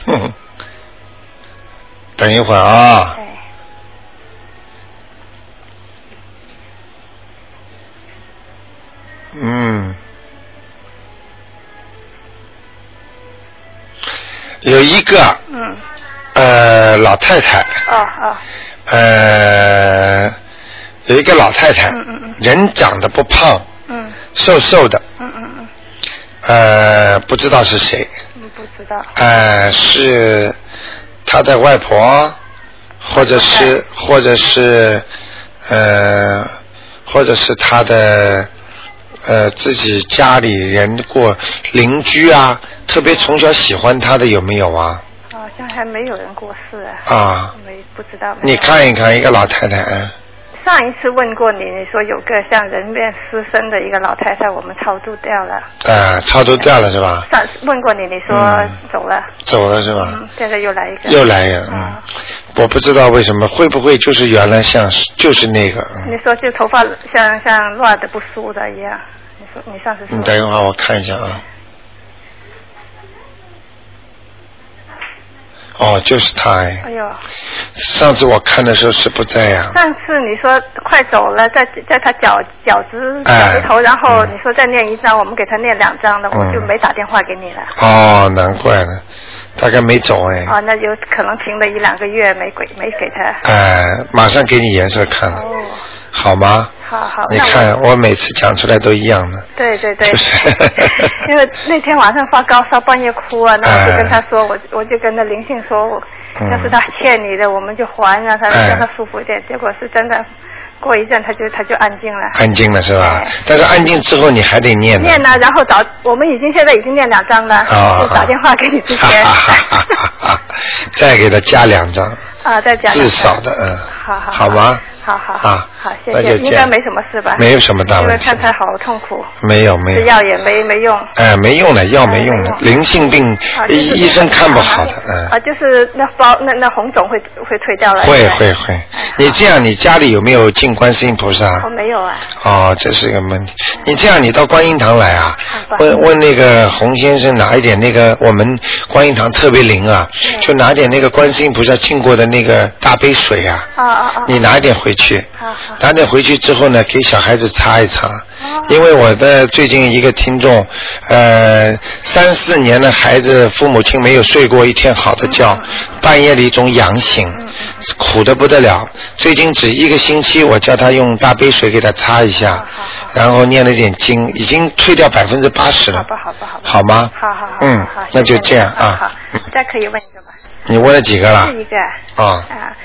Speaker 1: 哼 <laughs> 等一会儿啊，
Speaker 3: 哎，
Speaker 1: 嗯，有一个
Speaker 3: 嗯，
Speaker 1: 呃老太太，
Speaker 3: 哦哦，
Speaker 1: 呃，有一个老太太
Speaker 3: 嗯嗯嗯，
Speaker 1: 人长得不胖，
Speaker 3: 嗯
Speaker 1: 瘦瘦的，
Speaker 3: 嗯嗯嗯
Speaker 1: 呃，不知道是谁，
Speaker 3: 嗯，不知道，
Speaker 1: 呃，是他的外婆，或者是或者是呃，或者是他的呃自己家里人过邻居啊，特别从小喜欢他的有没有啊？
Speaker 3: 好像还没有人过世啊，
Speaker 1: 啊，
Speaker 3: 没不知道，没
Speaker 1: 你
Speaker 3: 有
Speaker 1: 看一看一个老太太，嗯
Speaker 3: 上一次问过你，你说有个像人面狮身的一个老太太，我们超度掉了。
Speaker 1: 呃，超度掉了是吧？
Speaker 3: 上次问过你，你说
Speaker 1: 嗯
Speaker 3: 走了，
Speaker 1: 走了是吧？
Speaker 3: 嗯，现在又来一个。
Speaker 1: 又来呀，嗯
Speaker 3: 啊，
Speaker 1: 我不知道为什么，会不会就是原来像是就是那个？嗯
Speaker 3: 你说就头发像像乱的不梳
Speaker 1: 嗯
Speaker 3: 的一样，你说你上次说
Speaker 1: 你等一会儿，我看一下啊。哦，就是他哎。
Speaker 3: 哎呦，
Speaker 1: 上次我看的时候是不在呀、
Speaker 3: 上次你说快走了，在在他脚脚趾脚
Speaker 1: 哎
Speaker 3: 趾头，然后你说再念一张，我们给他念两张了，
Speaker 1: 嗯
Speaker 3: 我就没打电话给你了。
Speaker 1: 哦，难怪呢，大概没走哎。
Speaker 3: 啊，那有可能停了一两个月没给没给他。
Speaker 1: 哎，马上给你颜色看了，
Speaker 3: 哦，
Speaker 1: 好吗？
Speaker 3: 好好，
Speaker 1: 你
Speaker 3: 那我
Speaker 1: 看我每次讲出来都一样的。
Speaker 3: 对对对
Speaker 1: 就是
Speaker 3: <laughs>
Speaker 1: <laughs>
Speaker 3: 因为那天晚上发高烧，半夜哭啊，那我就跟他
Speaker 1: 哎
Speaker 3: 说，我我就跟那灵性说，我
Speaker 1: 嗯
Speaker 3: 要是他欠你的，我们就还，让他
Speaker 1: 哎
Speaker 3: 让他舒服一点。结果是真的，过一阵他就他就安静了。
Speaker 1: 安静了是吧？但是安静之后你还得念呢。
Speaker 3: 哎念呢，然后找我们已经现在已经念两张了，
Speaker 1: 啊
Speaker 3: 就打电话给你之
Speaker 1: 哈
Speaker 3: 前
Speaker 1: 哈哈哈哈！ <laughs> 再给他加两张，
Speaker 3: <laughs> 啊，再讲两
Speaker 1: 至
Speaker 3: 张
Speaker 1: 少的嗯。
Speaker 3: 好好
Speaker 1: 好吗？
Speaker 3: 好好
Speaker 1: 啊
Speaker 3: 好，谢
Speaker 1: 那就
Speaker 3: 谢，
Speaker 1: 这
Speaker 3: 应
Speaker 1: 样
Speaker 3: 该没什么事吧？
Speaker 1: 没有什么大
Speaker 3: 因为
Speaker 1: 问题
Speaker 3: 看他好痛苦，
Speaker 1: 没有没
Speaker 3: 吃
Speaker 1: 有。
Speaker 3: 药也没没用。
Speaker 1: 哎，没用的，药没用的
Speaker 3: 哎，没
Speaker 1: 灵性病
Speaker 3: 啊，就是
Speaker 1: 医医生看不好的，
Speaker 3: 啊，
Speaker 1: 嗯，
Speaker 3: 就是那包那那红肿会会退掉了。
Speaker 1: 会会
Speaker 3: 对
Speaker 1: 啊会。你这样，你家里有没有进观世音菩萨
Speaker 3: 我？没有啊，
Speaker 1: 哦，这是一个问题。你这样，你到观音堂来啊，
Speaker 3: 好吧
Speaker 1: 问问那个洪先生拿一点那个我们观音堂特别灵啊，就拿点那个观世音菩萨进过的那个大杯水啊，
Speaker 3: 啊啊啊！
Speaker 1: 你拿一点回去。
Speaker 3: 好好哦
Speaker 1: 拿点回去之后呢，给小孩子擦一擦。因为我的最近一个听众，呃，三四年的孩子，父母亲没有睡过一天好的觉，
Speaker 3: 嗯
Speaker 1: 半夜里一种痒醒，苦的不得了。最近只一个星期，我叫他用大杯水给他擦一下，然后念了点经，已经退掉百分之八十
Speaker 3: 好
Speaker 1: 了，
Speaker 3: 吧好吧好吧，
Speaker 1: 好吗？
Speaker 3: 好好好，
Speaker 1: 嗯
Speaker 3: 好，
Speaker 1: 那就
Speaker 3: 谢谢你
Speaker 1: 这样
Speaker 3: 好
Speaker 1: 啊
Speaker 3: 好。，再可以问一个吧，
Speaker 1: 你问了几个啦
Speaker 3: 是？一个
Speaker 1: 啊，
Speaker 3: 啊，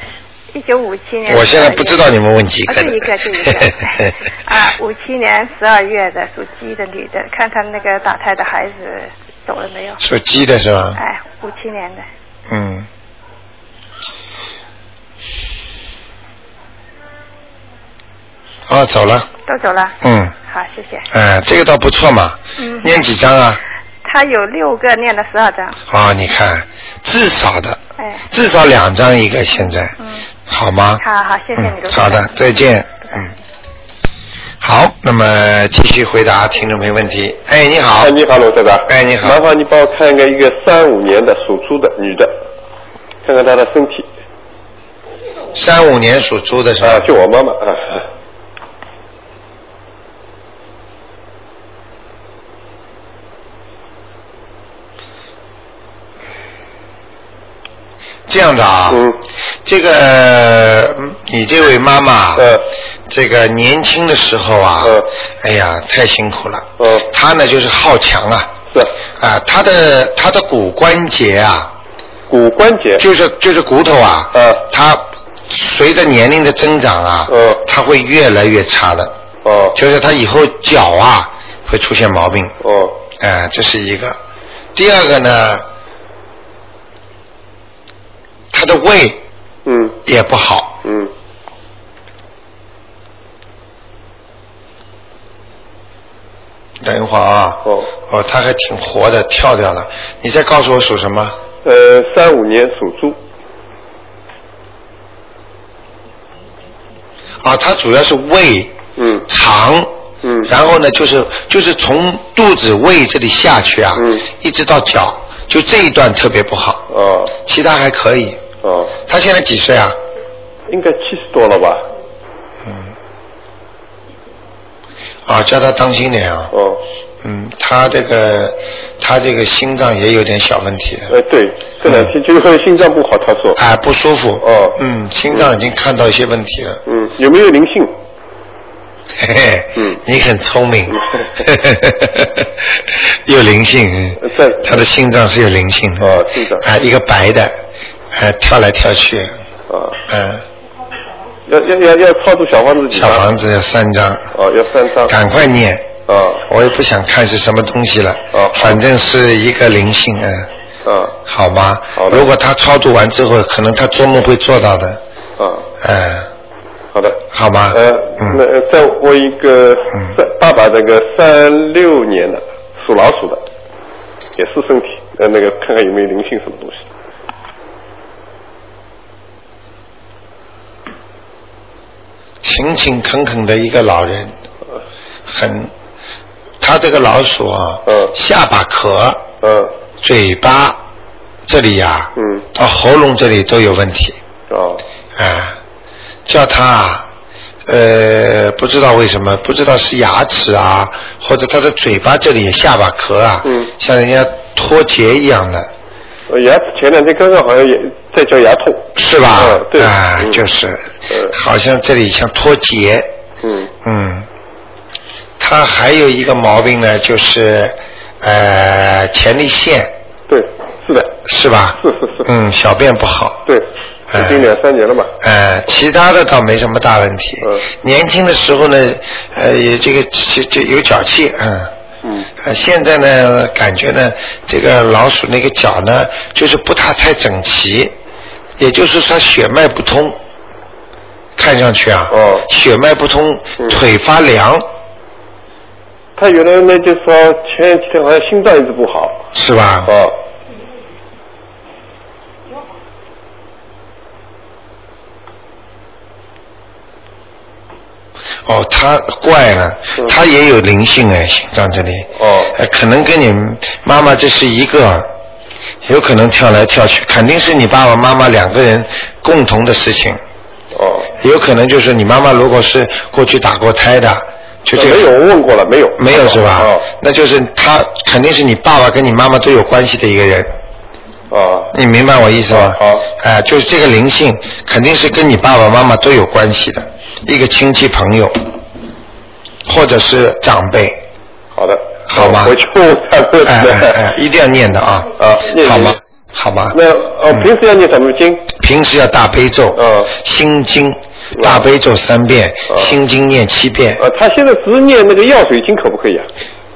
Speaker 3: 一九五七年。
Speaker 1: 我现在不知道你们问几
Speaker 3: 啊，
Speaker 1: 个
Speaker 3: 就
Speaker 1: 了。。
Speaker 3: 一个，就一个啊，五七年十二月的属鸡的女的，看她那个打胎的孩子走了没有？
Speaker 1: 属鸡的是啊吧？
Speaker 3: 哎，五七年的，
Speaker 1: 嗯，啊，走了，
Speaker 3: 都走了。
Speaker 1: 嗯，
Speaker 3: 好，谢谢。
Speaker 1: 哎，这个倒不错嘛，
Speaker 3: 嗯
Speaker 1: 念几张啊？
Speaker 3: 她有六个，念了十二张。
Speaker 1: 啊，你看，至少的，
Speaker 3: 哎，
Speaker 1: 至少两张一个，现在，
Speaker 3: 嗯，
Speaker 1: 好吗？
Speaker 3: 好好，谢谢你，
Speaker 1: 嗯，好
Speaker 3: 卢台长
Speaker 1: 的，再见，嗯。好，那么继续回答听众朋友问题。哎，你好
Speaker 7: 哎，，你好，罗队长。
Speaker 1: 哎你好
Speaker 7: 麻烦你帮我看一个一个三五年的属猪的女的，看看她的身体。
Speaker 1: 三五年属猪的是
Speaker 7: 啊
Speaker 1: 吧，？
Speaker 7: 就我妈妈啊。
Speaker 1: 这样的啊，
Speaker 7: 嗯
Speaker 1: 这个嗯你这位妈妈，
Speaker 7: 嗯
Speaker 1: 这个年轻的时候啊，
Speaker 7: 嗯
Speaker 1: 哎呀，太辛苦了，
Speaker 7: 嗯
Speaker 1: 她呢就是好强啊，
Speaker 7: 是
Speaker 1: 啊，她的她的骨关节啊，
Speaker 7: 骨关节。
Speaker 1: 就是就是骨头啊，
Speaker 7: 嗯
Speaker 1: 它随着年龄的增长啊，
Speaker 7: 嗯
Speaker 1: 它会越来越差的，
Speaker 7: 哦
Speaker 1: 就是她以后脚啊会出现毛病，
Speaker 7: 哦
Speaker 1: 哎、这是一个。第二个呢，她的胃
Speaker 7: 嗯
Speaker 1: 也不好，
Speaker 7: 嗯
Speaker 1: 等一会儿啊。
Speaker 7: 哦
Speaker 1: 哦，他还挺活的，跳掉了。你再告诉我属什么？
Speaker 7: 呃三五年属猪
Speaker 1: 啊，他主要是胃
Speaker 7: 嗯
Speaker 1: 肠。
Speaker 7: 嗯
Speaker 1: 然后呢，就是就是从肚子胃这里下去啊，
Speaker 7: 嗯
Speaker 1: 一直到脚，就这一段特别不好，
Speaker 7: 哦
Speaker 1: 其他还可以。
Speaker 7: 哦，
Speaker 1: 他现在几岁啊？
Speaker 7: 应该七十多了吧？
Speaker 1: 啊，叫他当心点啊。
Speaker 7: 哦
Speaker 1: 嗯，他这个他这个心脏也有点小问题，
Speaker 7: 呃对，这两天就是心脏不好，她说。
Speaker 1: 哎，不舒服。
Speaker 7: 哦
Speaker 1: 嗯，心脏已经看到一些问题了。
Speaker 7: 嗯，有没有灵性？
Speaker 1: 嘿嘿，
Speaker 7: 嗯
Speaker 1: 你很聪
Speaker 7: <laughs>
Speaker 1: 明，有灵性，嗯
Speaker 7: 在
Speaker 1: 他的心脏是有灵性的，
Speaker 7: 哦心脏
Speaker 1: 啊，一个白的，啊，跳来跳去，
Speaker 7: 啊，
Speaker 1: 嗯，
Speaker 7: 要要要要操作小房子几
Speaker 1: 小
Speaker 7: 张？
Speaker 1: 房子要三张，
Speaker 7: 哦，要三张。
Speaker 1: 赶快念，
Speaker 7: 啊
Speaker 1: 我也不想看是什么东西了
Speaker 7: 哦好，
Speaker 1: 反正是一个灵性，嗯，
Speaker 7: 啊
Speaker 1: 好吗？
Speaker 7: 好的
Speaker 1: 如果他操作完之后，可能他做梦会做到的，
Speaker 7: 啊，
Speaker 1: 嗯，
Speaker 7: 好的。
Speaker 1: 好吗？
Speaker 7: 呃，那
Speaker 1: 嗯，
Speaker 7: 呃再问一个
Speaker 1: 嗯，
Speaker 7: 三爸爸那个三六年的属老鼠的，也是身体呃那个看看有没有灵性什么东西。
Speaker 1: 勤勤恳恳的一个老人，
Speaker 7: 呃
Speaker 1: 很，它这个老鼠啊，
Speaker 7: 嗯
Speaker 1: 下巴壳、
Speaker 7: 嗯
Speaker 1: 嘴巴、这里呀、
Speaker 7: 嗯，
Speaker 1: 到喉咙这里都有问题
Speaker 7: 哦，
Speaker 1: 啊，叫他啊呃不知道为什么，不知道是牙齿啊，或者他的嘴巴这里下巴壳啊，
Speaker 7: 嗯
Speaker 1: 像人家脱节一样的，
Speaker 7: 我呃牙齿前两天刚刚好像也在叫牙痛，
Speaker 1: 是吧？
Speaker 7: 嗯对
Speaker 1: 啊，
Speaker 7: 嗯
Speaker 1: 就是，
Speaker 7: 嗯
Speaker 1: 好像这里像脱节，
Speaker 7: 嗯，
Speaker 1: 嗯，他还有一个毛病呢，就是呃前列腺
Speaker 7: 对，是的，
Speaker 1: 是吧？
Speaker 7: 是是是
Speaker 1: 嗯，小便不好。
Speaker 7: 对，
Speaker 1: 哎
Speaker 7: 已经两三年了嘛，
Speaker 1: 呃，其他的倒没什么大问题。
Speaker 7: 嗯
Speaker 1: 年轻的时候呢，呃，也这个这这有脚气，嗯。
Speaker 7: 嗯，
Speaker 1: 呃，现在呢，感觉呢，这个老鼠那个脚呢，就是不大太整齐，也就是说血脉不通，看上去啊，
Speaker 7: 哦
Speaker 1: 血脉不通，
Speaker 7: 嗯
Speaker 1: 腿发凉，
Speaker 7: 他原来呢就说前几天好像心脏一直不好，
Speaker 1: 是吧？
Speaker 7: 哦，
Speaker 1: 哦，他怪了
Speaker 7: 嗯，
Speaker 1: 他也有灵性哎，心脏这里。
Speaker 7: 哦
Speaker 1: 哎可能跟你妈妈这是一个，有可能跳来跳去，肯定是你爸爸妈妈两个人共同的事情。
Speaker 7: 哦，
Speaker 1: 有可能就是你妈妈如果是过去打过胎的，就这个
Speaker 7: 没有问过了，没有，
Speaker 1: 没有是吧？
Speaker 7: 哦，
Speaker 1: 那就是他肯定是你爸爸跟你妈妈都有关系的一个人，
Speaker 7: 哦，
Speaker 1: 你明白我意思吗？
Speaker 7: 好好
Speaker 1: 哎、就是这个灵性肯定是跟你爸爸妈妈都有关系的，一个亲戚朋友，或者是长辈，
Speaker 7: 好的，
Speaker 1: 好吗
Speaker 7: 我去问他
Speaker 1: 哎
Speaker 7: 问
Speaker 1: 哎哎，一定要念的啊，
Speaker 7: 啊念
Speaker 1: 好吗
Speaker 7: 念？
Speaker 1: 好吗？
Speaker 7: 那哦，
Speaker 1: 嗯
Speaker 7: 平时要念什么经？
Speaker 1: 平时要大悲咒，
Speaker 7: 嗯
Speaker 1: 心经，大悲咒三遍，
Speaker 7: 嗯
Speaker 1: 心经念七遍，
Speaker 7: 呃，他现在只念那个药水经可不可以啊？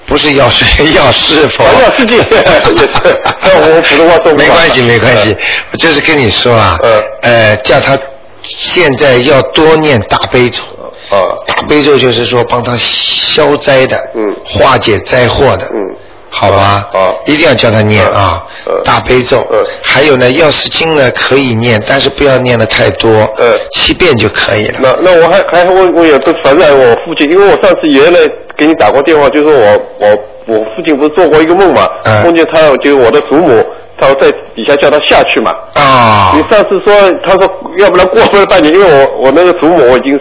Speaker 1: 不是药水，药师佛。
Speaker 7: 啊 <laughs> 药师经也是这我普通话说不好
Speaker 1: 没关系，没关系，我就是跟你说啊，
Speaker 7: 嗯
Speaker 1: 呃，叫他现在要多念大悲咒。
Speaker 7: 哦，
Speaker 1: 大悲咒就是说帮他消灾的，
Speaker 7: 嗯
Speaker 1: 化解灾祸的，
Speaker 7: 嗯，
Speaker 1: 好吧，
Speaker 7: 好
Speaker 1: 一定要叫他念啊，
Speaker 7: 嗯嗯
Speaker 1: 大悲咒，
Speaker 7: 嗯
Speaker 1: 还有呢，药师经呢可以念，但是不要念的太多，
Speaker 7: 嗯
Speaker 1: 七遍就可以了，
Speaker 7: 那那我还还问我也不反正我父亲，因为我上次原来给你打过电话，就是我我我父亲不是做过一个梦嘛，
Speaker 1: 嗯
Speaker 7: 梦见他就是我的祖母，他在底下叫他下去嘛。
Speaker 1: 啊
Speaker 7: 你，上次说他说要不然过了半年，因为我我那个祖母我已经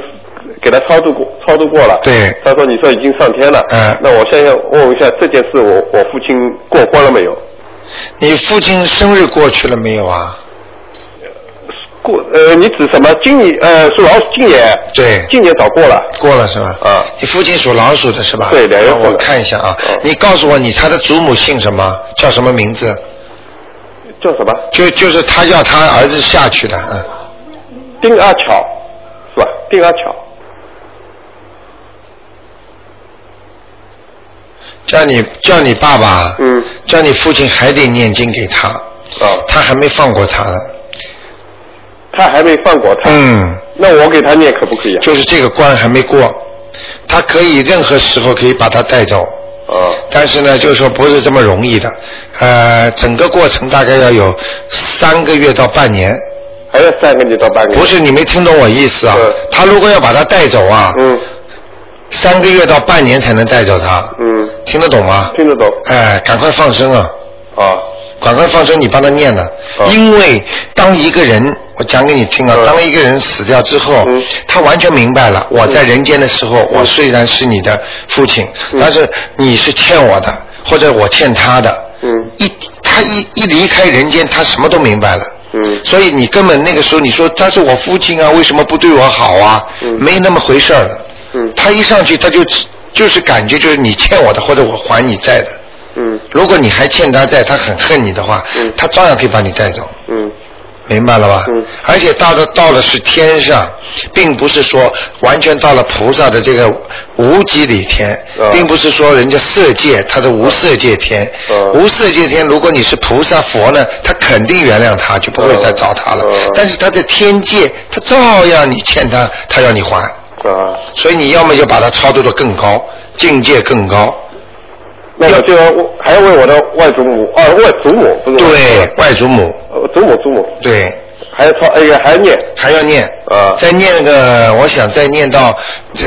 Speaker 7: 给他超度过超度过了。
Speaker 1: 对
Speaker 7: 他说你说已经上天了。
Speaker 1: 嗯
Speaker 7: 那我现在问一下这件事我，我父亲过关了没有？
Speaker 1: 你父亲生日过去了没有啊？
Speaker 7: 过呃，你指什么？今年呃属老鼠，今年
Speaker 1: 对
Speaker 7: 今年早过了。
Speaker 1: 过了是吧？
Speaker 7: 啊
Speaker 1: 你父亲属老鼠的是吧？
Speaker 7: 对两月份的
Speaker 1: 我看一下啊
Speaker 7: 嗯，
Speaker 1: 你告诉我你他的祖母姓什么，叫什么名字？
Speaker 7: 叫什么？
Speaker 1: 就就是他要他儿子下去的，嗯，
Speaker 7: 丁阿巧，是吧？丁阿巧，
Speaker 1: 叫你叫你爸爸，
Speaker 7: 嗯，
Speaker 1: 叫你父亲还得念经给他，
Speaker 7: 啊，
Speaker 1: 他还没放过他呢，
Speaker 7: 他还没放过他。
Speaker 1: 嗯，
Speaker 7: 那我给他念可不可以啊？
Speaker 1: 就是这个关还没过，他可以任何时候可以把他带走，
Speaker 7: 啊，
Speaker 1: 但是呢，就是说不是这么容易的，呃，整个过程大概要有三个月到半年，
Speaker 7: 还要三个月到半个月。
Speaker 1: 不是你没听懂我意思啊
Speaker 7: 嗯？
Speaker 1: 他如果要把他带走啊，
Speaker 7: 嗯
Speaker 1: 三个月到半年才能带走他，
Speaker 7: 嗯，
Speaker 1: 听得懂吗？
Speaker 7: 听得懂
Speaker 1: 哎，赶快放生啊！
Speaker 7: 啊
Speaker 1: 赶快放生，你帮他念呢、
Speaker 7: 嗯
Speaker 1: 因为当一个人，我讲给你听啊，
Speaker 7: 嗯
Speaker 1: 当一个人死掉之后、
Speaker 7: 嗯
Speaker 1: 他完全明白了，我在人间的时候，我虽然是你的父亲、
Speaker 7: 嗯
Speaker 1: 但是你是欠我的，或者我欠他的。
Speaker 7: 嗯
Speaker 1: 一他一一离开人间，他什么都明白了。
Speaker 7: 嗯
Speaker 1: 所以你根本那个时候你说他是我父亲啊，为什么不对我好啊？
Speaker 7: 嗯
Speaker 1: 没那么回事儿了。
Speaker 7: 嗯
Speaker 1: 他一上去，他就就是感觉就是你欠我的，或者我还你债的。
Speaker 7: 嗯
Speaker 1: 如果你还欠他债，他很恨你的话，
Speaker 7: 嗯
Speaker 1: 他照样可以把你带走，
Speaker 7: 嗯
Speaker 1: 明白了吧？
Speaker 7: 嗯
Speaker 1: 而且到的到了是天上，并不是说完全到了菩萨的这个无极里天，
Speaker 7: 啊
Speaker 1: 并不是说人家色界，他的无色界天。
Speaker 7: 啊
Speaker 1: 无色界天，如果你是菩萨佛呢，他肯定原谅他，就不会再找他了。
Speaker 7: 啊啊
Speaker 1: 但是他在天界，他照样你欠他，他要你还。
Speaker 7: 啊。
Speaker 1: 所以你要么就把他超度的更高，境界更高。
Speaker 7: 那我就要还要为我的外祖母，啊，外祖母不是外
Speaker 1: 对
Speaker 7: 祖母，
Speaker 1: 外祖母，
Speaker 7: 呃祖母祖母，
Speaker 1: 对。
Speaker 7: 还要抄，哎呀，还要念，
Speaker 1: 还要念，
Speaker 7: 啊
Speaker 1: 再念个，我想再念到，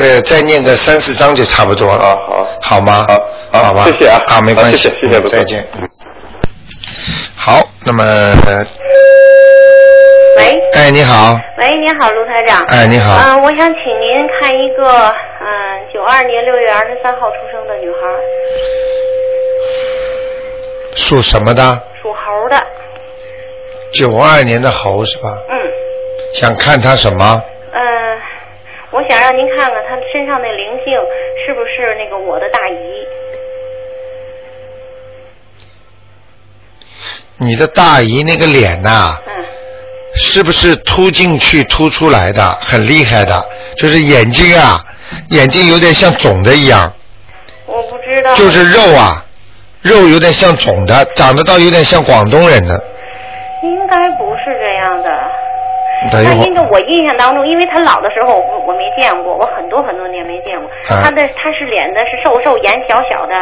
Speaker 1: 呃，再念个三四章就差不多了，
Speaker 7: 啊好
Speaker 1: 好吗？
Speaker 7: 好好
Speaker 1: 好吧，
Speaker 7: 谢谢啊
Speaker 1: 啊，没关系，
Speaker 7: 啊谢谢谢谢
Speaker 1: 嗯
Speaker 7: 卢总
Speaker 1: 再见。好，那么，呃
Speaker 6: 喂，
Speaker 1: 哎，你好，
Speaker 6: 喂，你好，卢台长。
Speaker 1: 哎你好
Speaker 6: 嗯、我想请您看一个，嗯、9九二年六月二十三号出生的女孩，
Speaker 1: 属什么的？
Speaker 6: 属猴的。
Speaker 1: 九二年的猴是吧？
Speaker 6: 嗯
Speaker 1: 想看他什么？
Speaker 6: 嗯、呃我想让您看看她身上那灵性是不是那个我的大姨。
Speaker 1: 你的大姨那个脸呐、
Speaker 6: 嗯
Speaker 1: 是不是凸进去凸出来的，很厉害的，就是眼睛啊，眼睛有点像肿的一样，
Speaker 6: 我不知道。
Speaker 1: 就是肉。啊，肉有点像肿的，长得倒有点像广东人的。
Speaker 6: 应该不是这样的。
Speaker 1: 等一
Speaker 6: 她
Speaker 1: 会
Speaker 6: 因
Speaker 1: 儿，
Speaker 6: 为我印象当中，因为她老的时候我不我没见过，我很多很多年没见过。
Speaker 1: 啊
Speaker 6: 她的她是脸的是瘦瘦眼小小的，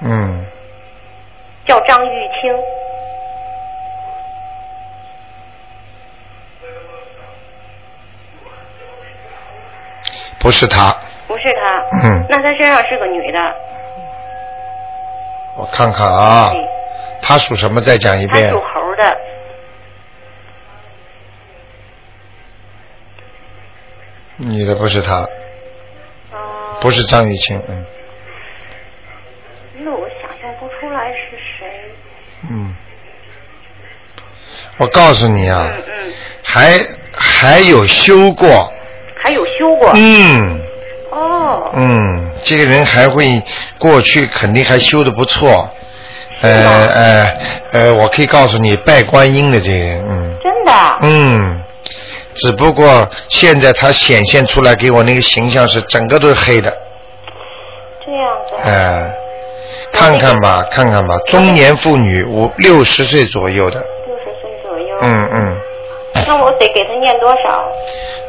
Speaker 1: 嗯，
Speaker 6: 叫张玉清。
Speaker 1: 不是他，
Speaker 6: 不是她。
Speaker 1: 嗯
Speaker 6: 那她身上是个女的，
Speaker 1: 我看看啊
Speaker 6: 嗯，
Speaker 1: 他属什么？再讲一
Speaker 6: 她
Speaker 1: 遍
Speaker 6: 属。猴的。
Speaker 1: 女的不是他，嗯
Speaker 6: 哦、
Speaker 1: 不是张雨清，嗯
Speaker 6: 那我想象不出来是谁。
Speaker 1: 嗯。我告诉你啊，
Speaker 6: 嗯嗯，
Speaker 1: 还还有修过，
Speaker 6: 还有修过。
Speaker 1: 嗯。
Speaker 6: 哦，
Speaker 1: 嗯，这个人还会过去肯定还修的不错，
Speaker 6: 是
Speaker 1: 呃
Speaker 6: 吗
Speaker 1: 呃呃，我可以告诉你，拜观音的这个人，嗯
Speaker 6: 真的。
Speaker 1: 嗯，只不过现在他显现出来给我那个形象是整个都是黑的，
Speaker 6: 这样子。
Speaker 1: 呃，看看吧，看看吧，中年妇女，五六十岁左右的，
Speaker 6: 六十岁左右。。
Speaker 1: 嗯啊嗯，
Speaker 6: 那我得给她念多少？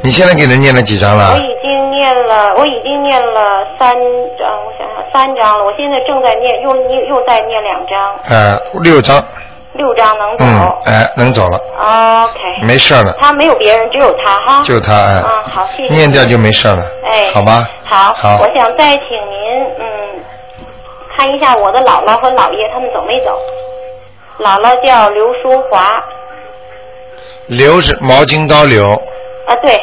Speaker 1: 你现在给人念了几张
Speaker 6: 我
Speaker 1: 了？
Speaker 6: 已经念了，我已经念了三张，我想想，三张了。我现在正在念，又又又在念两张，
Speaker 1: 呃，六张，
Speaker 6: 六张能走。
Speaker 1: 嗯，哎、能走了，
Speaker 6: OK。
Speaker 1: 没事儿了，
Speaker 6: 他没有别人，只有他哈。
Speaker 1: 就他，哎、
Speaker 6: 嗯，好，谢谢。
Speaker 1: 念掉就没事儿了，
Speaker 6: 哎，
Speaker 1: 好吧？
Speaker 6: 好，
Speaker 1: 好
Speaker 6: 我想再请您，嗯，看一下我的姥姥和姥爷他们走没走。姥姥叫刘淑华，
Speaker 1: 刘是毛巾刀刘，
Speaker 6: 啊对，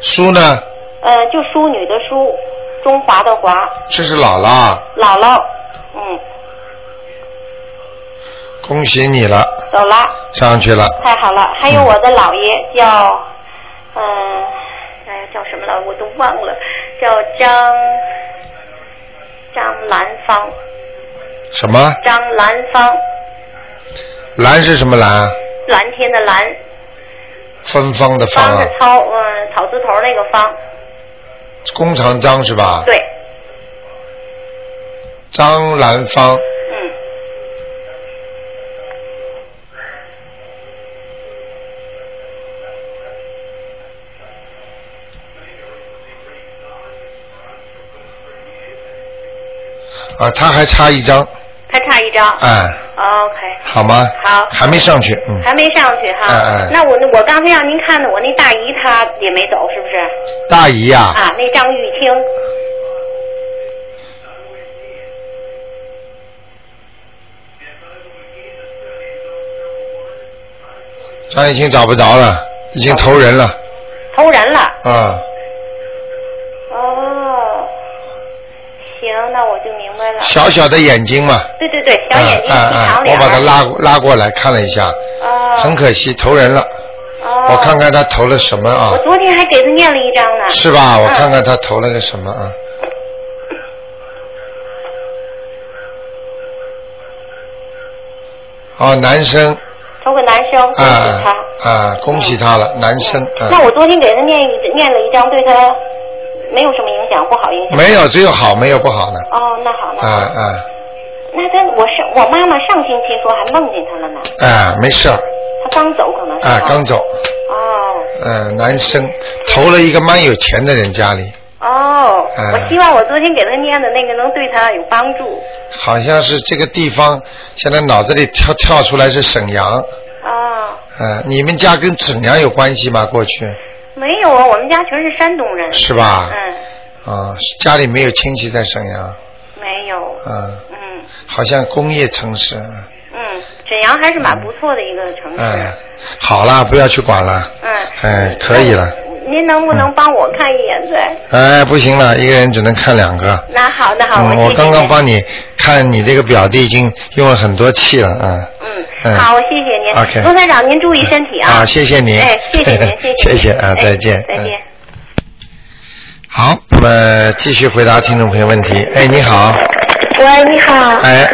Speaker 1: 叔呢，
Speaker 6: 呃，就淑女的淑，中华的华，
Speaker 1: 这是姥姥，
Speaker 6: 姥姥，嗯，
Speaker 1: 恭喜你了，
Speaker 6: 走了，
Speaker 1: 上去了，
Speaker 6: 太好了。还有我的姥爷叫，嗯、哎呀，叫什么了？我都忘了，叫张张兰芳，
Speaker 1: 什么
Speaker 6: 张兰芳，
Speaker 1: 蓝是什么蓝？
Speaker 6: 蓝天的蓝，
Speaker 1: 芬芳的芳
Speaker 6: 方
Speaker 1: 啊
Speaker 6: 是，草，嗯，草字头那个方，
Speaker 1: 弓长张是吧？
Speaker 6: 对，
Speaker 1: 张兰芳，
Speaker 6: 嗯，
Speaker 1: 啊，他还差一张，
Speaker 6: 还差一张。哦
Speaker 1: 哎，
Speaker 6: OK，
Speaker 1: 好吗？
Speaker 6: 好
Speaker 1: 还没上去，嗯，
Speaker 6: 还没上去哈。
Speaker 1: 哎哎
Speaker 6: 那我那我刚才让您看的，我那大姨她也没走，是不是？
Speaker 1: 大姨呀、
Speaker 6: 啊，那张玉清，
Speaker 1: 张艺兴找不着了，已经投人了，
Speaker 6: 投人了。
Speaker 1: 啊，
Speaker 6: 哦，行，那我就明白了。
Speaker 1: 小小的眼睛嘛，
Speaker 6: 对对对，小眼睛，
Speaker 1: 啊
Speaker 6: 细
Speaker 1: 啊
Speaker 6: 长
Speaker 1: 啊，
Speaker 6: 脸
Speaker 1: 我
Speaker 6: 儿。
Speaker 1: 把他拉拉过来看了一下，
Speaker 6: 哦。
Speaker 1: 很可惜投人了，
Speaker 6: 哦。
Speaker 1: 我看看他投了什么啊？
Speaker 6: 我昨天还给他念了一张呢。
Speaker 1: 是吧？我
Speaker 6: 嗯
Speaker 1: 看看他投了个什么啊？哦，男生
Speaker 6: 投个男生，
Speaker 1: 啊
Speaker 6: 恭喜他。
Speaker 1: 啊，恭喜他了，男生
Speaker 6: 那
Speaker 1: 啊，
Speaker 6: 我昨天给他念一念了一张，对他没有什么影响，不好影响。
Speaker 1: 没有只有好没有不好的
Speaker 6: 哦，那好，那
Speaker 1: 啊
Speaker 6: 好。
Speaker 1: 啊
Speaker 6: 那他，我上我妈妈上星期说还梦见他了呢，
Speaker 1: 啊，没事儿
Speaker 6: 他刚走可能是。
Speaker 1: 啊，刚。走，
Speaker 6: 哦
Speaker 1: 嗯、男生投了一个蛮有钱的人家里，
Speaker 6: 哦，
Speaker 1: 嗯
Speaker 6: 我希望我昨天给他念的那个能对他有帮助。
Speaker 1: 好像是这个地方现在脑子里跳跳出来是沈阳，
Speaker 6: 哦，
Speaker 1: 呃，你们家跟沈阳有关系吗？过去
Speaker 5: 没有啊，我们家全是山东人。
Speaker 1: 是吧
Speaker 5: 嗯，
Speaker 1: 啊，家里没有亲戚在沈阳，
Speaker 5: 没有。
Speaker 1: 啊，
Speaker 5: 嗯
Speaker 1: 好像工业城市，啊
Speaker 5: 嗯，沈阳还是蛮不错的一个城市。
Speaker 1: 嗯，好啦，不要去管了，
Speaker 5: 嗯，
Speaker 1: 哎，可以了，嗯
Speaker 5: 您能不能帮我看一眼再？
Speaker 1: 哎，不行了，一个人只能看两个，
Speaker 5: 那好，那嗯好，
Speaker 1: 嗯，
Speaker 5: 谢谢
Speaker 1: 我刚刚
Speaker 5: 您
Speaker 1: 帮你看你这个表弟已经用了很多气了，啊，嗯
Speaker 5: 嗯，好，我谢谢您。
Speaker 1: OK 嗯
Speaker 5: 罗台长，您注意身体啊。
Speaker 1: 好谢谢您
Speaker 5: 哎，
Speaker 1: <laughs>
Speaker 5: 谢谢您，谢谢您。
Speaker 1: 谢谢啊
Speaker 5: 哎
Speaker 1: 再见
Speaker 5: 再见。
Speaker 1: 好，那么继续回答听众朋友问题，哎，你好，
Speaker 6: 喂，你好，
Speaker 1: 哎，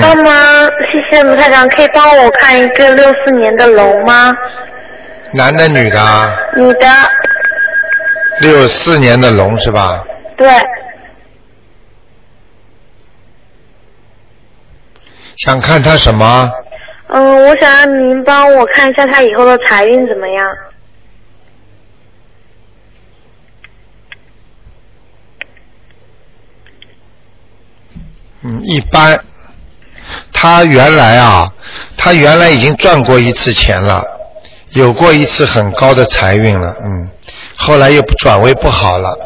Speaker 6: 帮
Speaker 1: 嗯，
Speaker 6: 忙，谢谢卢台长，可以帮我看一个六四年的龙吗？
Speaker 1: 男的女的啊，
Speaker 6: 女的，
Speaker 1: 六四年的龙是吧？
Speaker 6: 对，
Speaker 1: 想看他什么？
Speaker 6: 嗯，我想让您帮我看一下她以后的财运怎么样？
Speaker 1: 嗯，一般。他原来啊，他原来已经赚过一次钱了，有过一次很高的财运了，嗯，后来又转为不好了。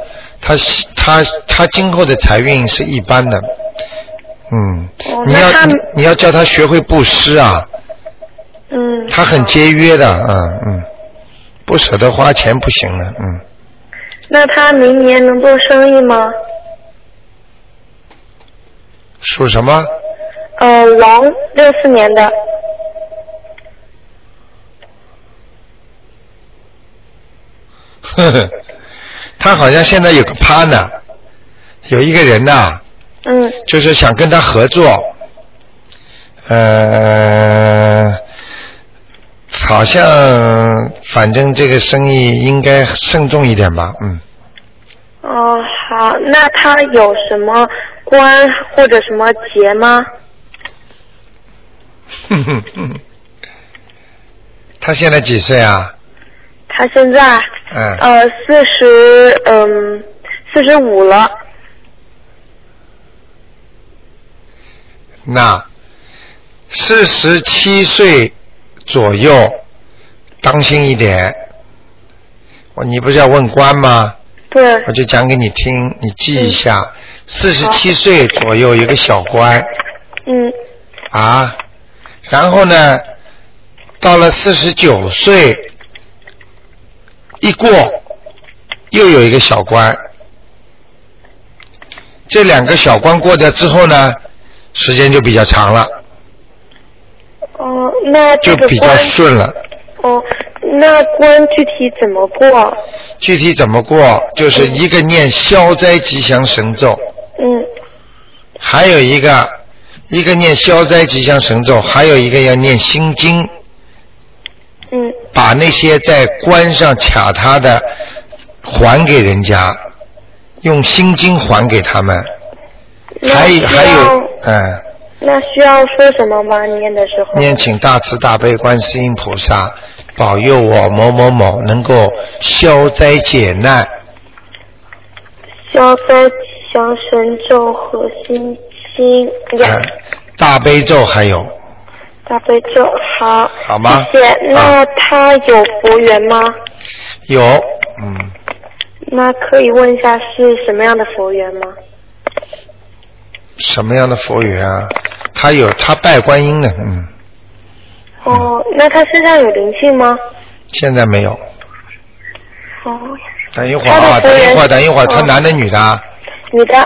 Speaker 1: 他他他今后的财运是一般的，嗯，
Speaker 6: 哦
Speaker 1: 你
Speaker 6: 那
Speaker 1: 要
Speaker 6: 他
Speaker 1: 你你要叫他学会布施啊，
Speaker 6: 嗯，
Speaker 1: 他很节约的，嗯嗯，不舍得花钱不行了，嗯，
Speaker 6: 那她明年能做生意吗？
Speaker 1: 属什么？ <laughs>
Speaker 6: 呃，龙，六四年的，
Speaker 1: 呵呵，他好像现在有个 partner，有一个人呐、
Speaker 6: 嗯，
Speaker 1: 就是想跟他合作，呃，好像反正这个生意应该慎重一点吧，嗯，
Speaker 6: 哦，好，那她有什么官或者什么节吗？
Speaker 1: 哼哼哼他现在几岁啊？
Speaker 6: 她现在
Speaker 1: 嗯，
Speaker 6: 呃四十嗯四十五了，
Speaker 1: 那四十七岁左右，当心一点。我你不是要问官吗？
Speaker 6: 对
Speaker 1: 我，就讲给你听，你记一下。四十七岁左右有个小官
Speaker 6: 嗯
Speaker 1: 啊，然后呢，到了四十九岁一过，又有一个小官。这两个小官过掉之后呢，时间就比较长了，
Speaker 6: 哦，那
Speaker 1: 就
Speaker 6: 这个
Speaker 1: 比较
Speaker 6: 关
Speaker 1: 顺了。
Speaker 6: 哦，那关具体怎么过？
Speaker 1: 具体怎么过，就是一个念消灾吉祥神咒，
Speaker 6: 嗯
Speaker 1: 还有一个一个念消灾吉祥神咒，还有一个要念心经，
Speaker 6: 嗯
Speaker 1: 把那些在关上卡他的还给人家，用心经还给他们。
Speaker 6: 那
Speaker 1: 还
Speaker 6: 需要
Speaker 1: 还有，嗯，
Speaker 6: 那需要说什么吗？念的时候？
Speaker 1: 念请大慈大悲观世音菩萨保佑我某某某能够消灾解难。
Speaker 6: 消灾吉祥神咒和心经呀
Speaker 1: 嗯，，大悲咒还有，
Speaker 6: 大悲咒，好，
Speaker 1: 好吗
Speaker 6: 谢谢。
Speaker 1: 啊
Speaker 6: 那他有佛缘吗？
Speaker 1: 有，嗯。
Speaker 6: 那可以问一下是什么样的佛缘吗？
Speaker 1: 什么样的佛缘啊？他有他拜观音的，嗯，
Speaker 6: 哦，那他身上有灵性吗？
Speaker 1: 现在没有。
Speaker 6: 哦，
Speaker 1: 等一会儿啊，
Speaker 6: 他的
Speaker 1: 等
Speaker 6: 佛
Speaker 1: 一
Speaker 6: 缘
Speaker 1: 会儿，等一会儿，
Speaker 6: 哦
Speaker 1: 他男的女的啊？
Speaker 6: 女的，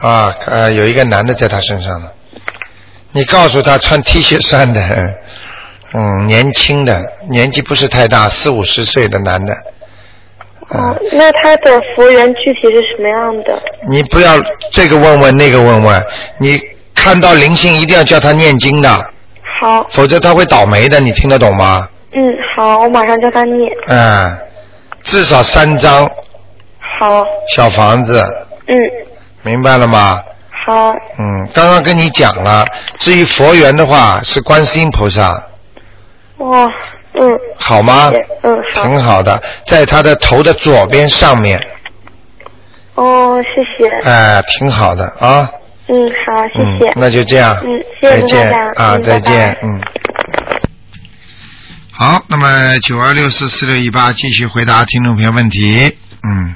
Speaker 6: 哦
Speaker 1: 啊，呃，有一个男的在他身上呢。你告诉他穿 T 恤衫的， <laughs> 嗯嗯，年轻的，年纪不是太大，四五十岁的男的。啊嗯
Speaker 6: 哦，那他的佛缘具体是什么样的？
Speaker 1: 你不要这个问问那个问问，你看到灵性一定要叫他念经的，
Speaker 6: 好，
Speaker 1: 否则他会倒霉的，你听得懂吗？
Speaker 6: 嗯，好，我马上叫他念。
Speaker 1: 嗯，至少三张
Speaker 6: 好，
Speaker 1: 小房子，
Speaker 6: 嗯，
Speaker 1: 明白了吗？
Speaker 6: 好，
Speaker 1: 嗯，刚刚跟你讲了。至于佛缘的话，是观世音菩萨，
Speaker 6: 哇，嗯，
Speaker 1: 好吗？
Speaker 6: 嗯，好
Speaker 1: 挺，好的，在他的头的左边上面，
Speaker 6: 哦，谢谢，
Speaker 1: 哎、挺好的啊。
Speaker 6: 嗯，好，谢
Speaker 1: 嗯
Speaker 6: 谢，，
Speaker 1: 那就这样。
Speaker 6: 嗯谢谢
Speaker 1: 再见
Speaker 6: 卢台长
Speaker 1: 啊，
Speaker 6: 嗯
Speaker 1: 再
Speaker 6: 拜
Speaker 1: 见
Speaker 6: 拜，
Speaker 1: 嗯。好，那么九二六四四六一八继续回答听众朋友问题。嗯。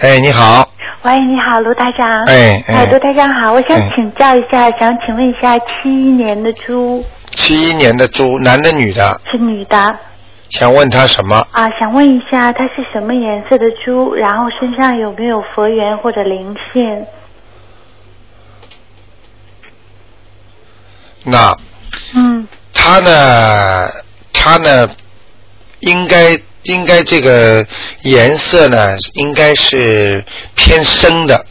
Speaker 1: 哎，你好，
Speaker 8: 喂，你好，卢台长。
Speaker 1: 哎哎
Speaker 8: 卢台长好，我想
Speaker 1: 哎
Speaker 8: 请教一下，想请问一下，七一年的猪
Speaker 1: 七一年的猪，男的女的？
Speaker 8: 是女的
Speaker 1: 想问他什么？
Speaker 8: 啊？想问一下，她是什么颜色的猪？然后身上有没有佛缘或者灵性？
Speaker 1: 那
Speaker 8: 嗯
Speaker 1: 他呢？他呢？应该应该这个颜色呢，应该是偏深的，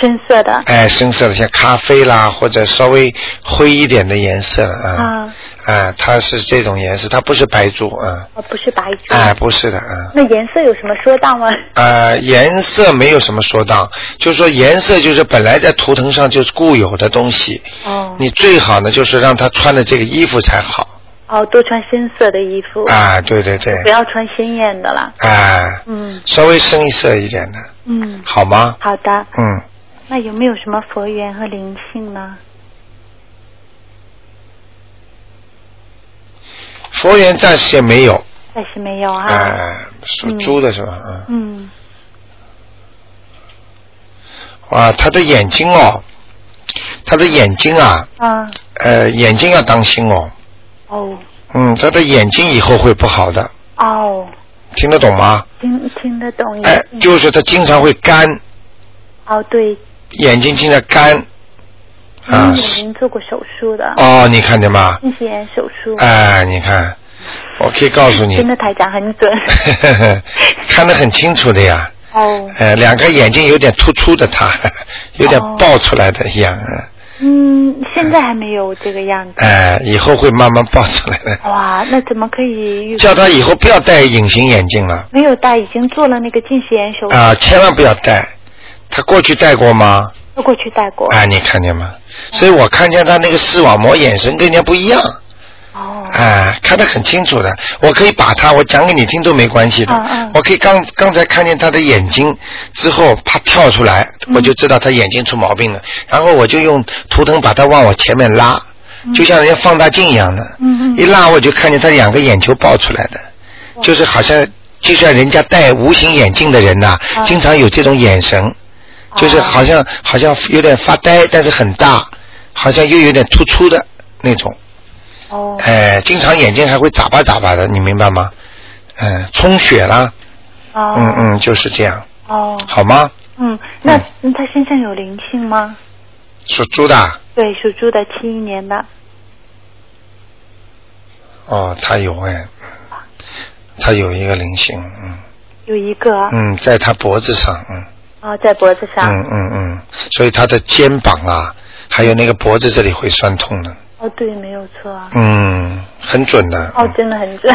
Speaker 8: 深色的。
Speaker 1: 哎，深色的，像咖啡啦，或者稍微灰一点的颜色了啊。
Speaker 8: 啊，
Speaker 1: 啊，它是这种颜色，它不是白猪啊，
Speaker 8: 哦不是白猪。
Speaker 1: 哎，不是的啊。
Speaker 8: 那颜色有什么说道吗？
Speaker 1: 呃，颜色没有什么说当，就是说颜色就是本来在图腾上就是固有的东西，
Speaker 8: 哦
Speaker 1: 你最好呢就是让他穿的这个衣服才好
Speaker 8: 哦，多穿深色的衣服，
Speaker 1: 啊，对对对，
Speaker 8: 不要穿鲜艳的了。
Speaker 1: 啊，
Speaker 8: 嗯
Speaker 1: 稍微深色一点的，
Speaker 8: 嗯，
Speaker 1: 好吗？
Speaker 8: 好的。
Speaker 1: 嗯，
Speaker 8: 那有没有什么佛缘和灵性呢？
Speaker 1: 佛缘暂时也没有，
Speaker 8: 暂时没有啊。
Speaker 1: 啊，属猪的是吧？啊，
Speaker 8: 嗯，
Speaker 1: 哇，他的眼睛哦，他的眼睛啊，
Speaker 8: 啊，
Speaker 1: 呃，眼睛要当心哦，
Speaker 8: 哦，
Speaker 1: 嗯，他的眼睛以后会不好的，
Speaker 8: 哦，
Speaker 1: 听得懂吗？
Speaker 8: 听听得懂一
Speaker 1: 哎，就是他经常会干，
Speaker 8: 哦，对，
Speaker 1: 眼睛经常干，啊
Speaker 8: 眼睛做过手术的，
Speaker 1: 哦，你看见吗？
Speaker 8: 近视眼手术。
Speaker 1: 哎，你看，我可以告诉你
Speaker 8: 嗯真，的台长很准。
Speaker 1: <laughs> 看得很清楚的呀。
Speaker 8: 哦，
Speaker 1: 呃，两个眼睛有点突出的他， <laughs> 有点
Speaker 8: 哦
Speaker 1: 爆出来的一样，嗯
Speaker 8: 嗯，现在还没有这个样子。
Speaker 1: 哎、以后会慢慢爆出来的。
Speaker 8: 哇，那怎么可以预？
Speaker 1: 叫他以后不要戴隐形眼镜了
Speaker 8: 没有戴，已经做了那个近视眼手术，
Speaker 1: 啊、千万不要戴。他过去戴过吗？
Speaker 8: 都过去戴过。
Speaker 1: 啊，你看见吗？所以我看见他那个视网膜眼神跟人家不一样。
Speaker 8: 哦。
Speaker 1: 哎，看得很清楚的，我可以把他，我讲给你听都没关系的。
Speaker 8: 嗯嗯
Speaker 1: 我可以刚刚才看见他的眼睛之后，啪跳出来，
Speaker 8: 嗯
Speaker 1: 我就知道他眼睛出毛病了。然后我就用图腾把他往我前面拉，就像人家放大镜一样的。
Speaker 8: 嗯嗯
Speaker 1: 一拉我就看见他两个眼球爆出来的，就是好像就像人家戴无形眼镜的人呐、
Speaker 8: 啊
Speaker 1: 经常有这种眼神，
Speaker 8: 哦
Speaker 1: 就是好像好像有点发呆，但是很大，好像又有点突出的那种。
Speaker 8: 哦
Speaker 1: 哎，经常眼睛还会眨巴眨巴的，你明白吗？嗯，充血啦，嗯
Speaker 8: 哦
Speaker 1: 嗯，就是这样，
Speaker 8: 哦，
Speaker 1: 好吗？
Speaker 8: 嗯，那嗯他身上有灵性吗？
Speaker 1: 属猪的，
Speaker 8: 对，属猪的，七一年的。
Speaker 1: 哦，他有哎，他有一个菱形，嗯
Speaker 8: 哦有一个啊、
Speaker 1: 嗯，在他脖子上，嗯
Speaker 8: 哦在脖子上。
Speaker 1: 嗯嗯嗯，所以他的肩膀啊，还有那个脖子这里会酸痛的，
Speaker 8: 哦，对，没有错啊。
Speaker 1: 嗯，哎很准的，嗯
Speaker 8: 哦，真的很准。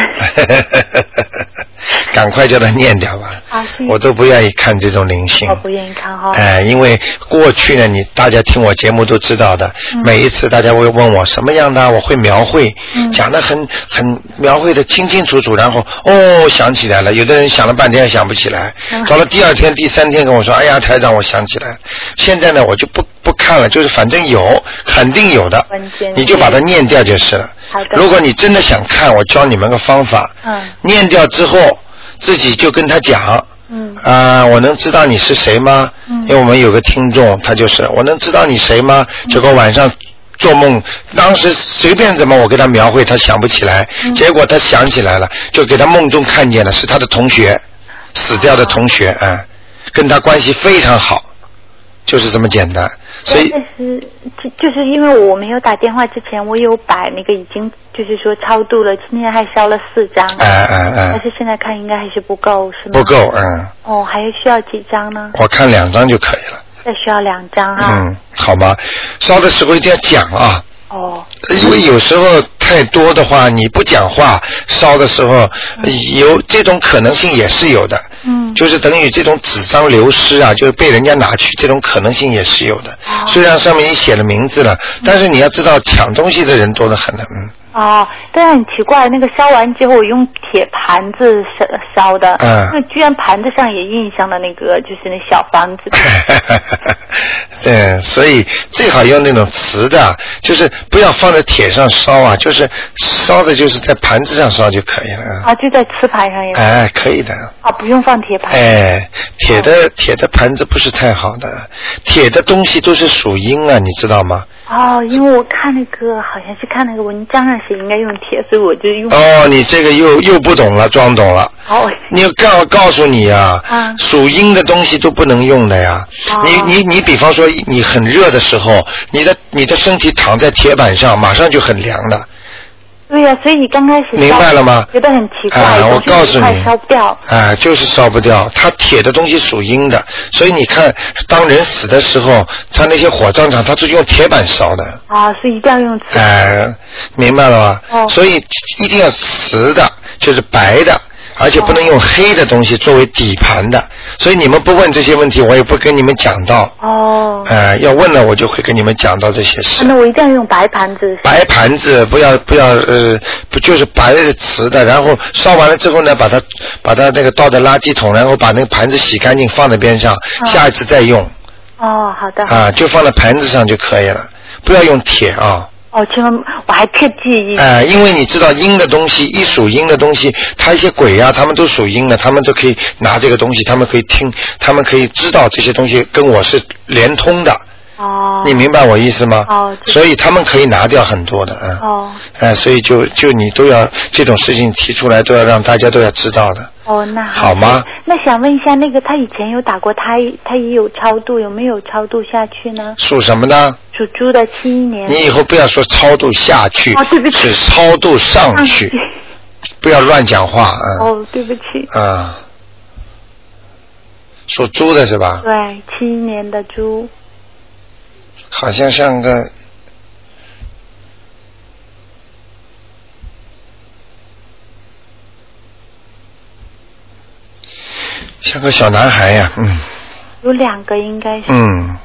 Speaker 1: <laughs>
Speaker 8: <laughs>
Speaker 1: 赶快叫他念掉吧，
Speaker 8: 啊，是
Speaker 1: 我都不愿意看这种菱形
Speaker 8: 我。不愿意看哈、
Speaker 1: 哎，因为过去呢，你大家听我节目都知道的，
Speaker 8: 嗯
Speaker 1: 每一次大家会问我什么样的，我会描绘，
Speaker 8: 嗯
Speaker 1: 讲的很很描绘的清清楚楚，然后哦想起来了，有的人想了半天想不起来，
Speaker 8: 嗯
Speaker 1: 到了第二天、第三天跟我说，哎呀，台长，我想起来了，现在呢我就不不看了，就是反正有，肯定有的
Speaker 8: 文件，
Speaker 1: 你就把它念掉就是了。
Speaker 8: 好的
Speaker 1: 如果你真的想看，我教你们个方法，
Speaker 8: 嗯
Speaker 1: 念掉之后自己就跟他讲。
Speaker 8: 嗯
Speaker 1: 啊，我能知道你是谁吗？
Speaker 8: 嗯
Speaker 1: 因为我们有个听众，他就是，我能知道你谁吗？结果晚上做梦，当时随便怎么我给他描绘，他想不起来，
Speaker 8: 嗯
Speaker 1: 结果他想起来了，就给他梦中看见了，是他的同学，死掉的同学，啊、跟他关系非常好，就是这么简单。所以，
Speaker 8: 但是就就是因为我没有打电话之前，我有把那个已经就是说超度了，今天还烧了四张，
Speaker 1: 哎哎
Speaker 8: 但
Speaker 1: 哎，
Speaker 8: 是现在看应该还是不够，是吗？
Speaker 1: 不。够，嗯，
Speaker 8: 哦，还需要几张呢？
Speaker 1: 我看两张就可以了，
Speaker 8: 再需要两张啊。
Speaker 1: 嗯，好吗？烧的时候一定要讲啊，
Speaker 8: 哦，
Speaker 1: 因为有时候太多的话，你不讲话，烧的时候有这种可能性也是有的，
Speaker 8: 嗯，
Speaker 1: 就是等于这种纸张流失啊，就是被人家拿去，这种可能性也是有的。
Speaker 8: 哦嗯
Speaker 1: 虽然上面也写了名字了，但是你要知道抢东西的人多得很的，嗯， <laughs>
Speaker 8: 哦，但是很奇怪，那个烧完之后，我用铁盘子烧烧的，
Speaker 1: 嗯哎
Speaker 8: 那居然盘子上也印上了那个就是那小房子，
Speaker 1: 嗯，所以最好用那种瓷的，啊就是不要放在铁上烧啊，就是烧的，就是在盘子上烧就可以了啊。
Speaker 8: 啊，就在瓷盘上也
Speaker 1: 哎，可以的。
Speaker 8: 啊，不用放铁盘。
Speaker 1: 哎，铁的铁的盘子不是太好的，铁的东西都是属阴啊，你知道吗？
Speaker 8: 哦，因为我看那个好像是看那个文章上写应该用铁，所以我就用。
Speaker 1: 哦，你这个又又不懂了，装懂了。
Speaker 8: 哦，
Speaker 1: 你告告诉你啊，
Speaker 8: 啊
Speaker 1: 属阴的东西都不能用的呀。你你你，比方说你很热的时候，你的你的身体躺在铁板上，马上就很凉了。
Speaker 8: 对呀、所以你刚开始烧
Speaker 1: 明白了吗
Speaker 8: 觉得很奇怪，
Speaker 1: 啊我
Speaker 8: 总是
Speaker 1: 告诉你
Speaker 8: 快烧不掉。
Speaker 1: 啊，就是烧不掉。它铁的东西属阴的，所以你看，当人死的时候，他那些火葬场，他是用铁板烧的。
Speaker 8: 啊，所以一定要用瓷。
Speaker 1: 哎，明白了吧？
Speaker 8: 哦
Speaker 1: 所以一定要瓷的，就是白的，而且不能
Speaker 8: 哦
Speaker 1: 用黑的东西作为底盘的。所以你们不问这些问题，我也不跟你们讲到。
Speaker 8: 哦，
Speaker 1: 哎，要问了我就会跟你们讲到这些事。
Speaker 8: 那我一定要用白盘子。
Speaker 1: 白盘子不要不要呃，不就是白的瓷的，然后烧完了之后呢，把它把它那个倒在垃圾桶，然后把那个盘子洗干净放在边上，
Speaker 8: 嗯
Speaker 1: 下一次再用
Speaker 8: 哦，好的。
Speaker 1: 啊，就放在盘子上就可以了，不要用铁啊。
Speaker 8: 哦，千万，我还特记意。
Speaker 1: 哎、因为你知道阴的东西，一属阴的东西，他一些鬼啊，他们都属阴的，他们都可以拿这个东西，他们可以听，他们可以知道这些东西跟我是连通的。
Speaker 8: 哦。
Speaker 1: 你明白我意思吗？
Speaker 8: 哦
Speaker 1: 所以他们可以拿掉很多的，嗯，
Speaker 8: 哦
Speaker 1: 哎、所以就就你都要这种事情提出来，都要让大家都要知道的，
Speaker 8: 哦，那
Speaker 1: 好吗？
Speaker 8: 那想问一下，那个他以前有打过胎，他也有超度，有没有超度下去呢？
Speaker 1: 属什么呢？
Speaker 8: 属猪的，七一年。
Speaker 1: 你以后不要说超度下去，
Speaker 8: 哦对不起嗯
Speaker 1: 是超度上去，不要乱讲话，嗯，
Speaker 8: <laughs> 哦，对不起，
Speaker 1: 啊、属猪的是吧？
Speaker 8: 对，七一年的猪，
Speaker 1: 好像像个像个小男孩呀，嗯
Speaker 8: 有两个应该是，
Speaker 1: 嗯，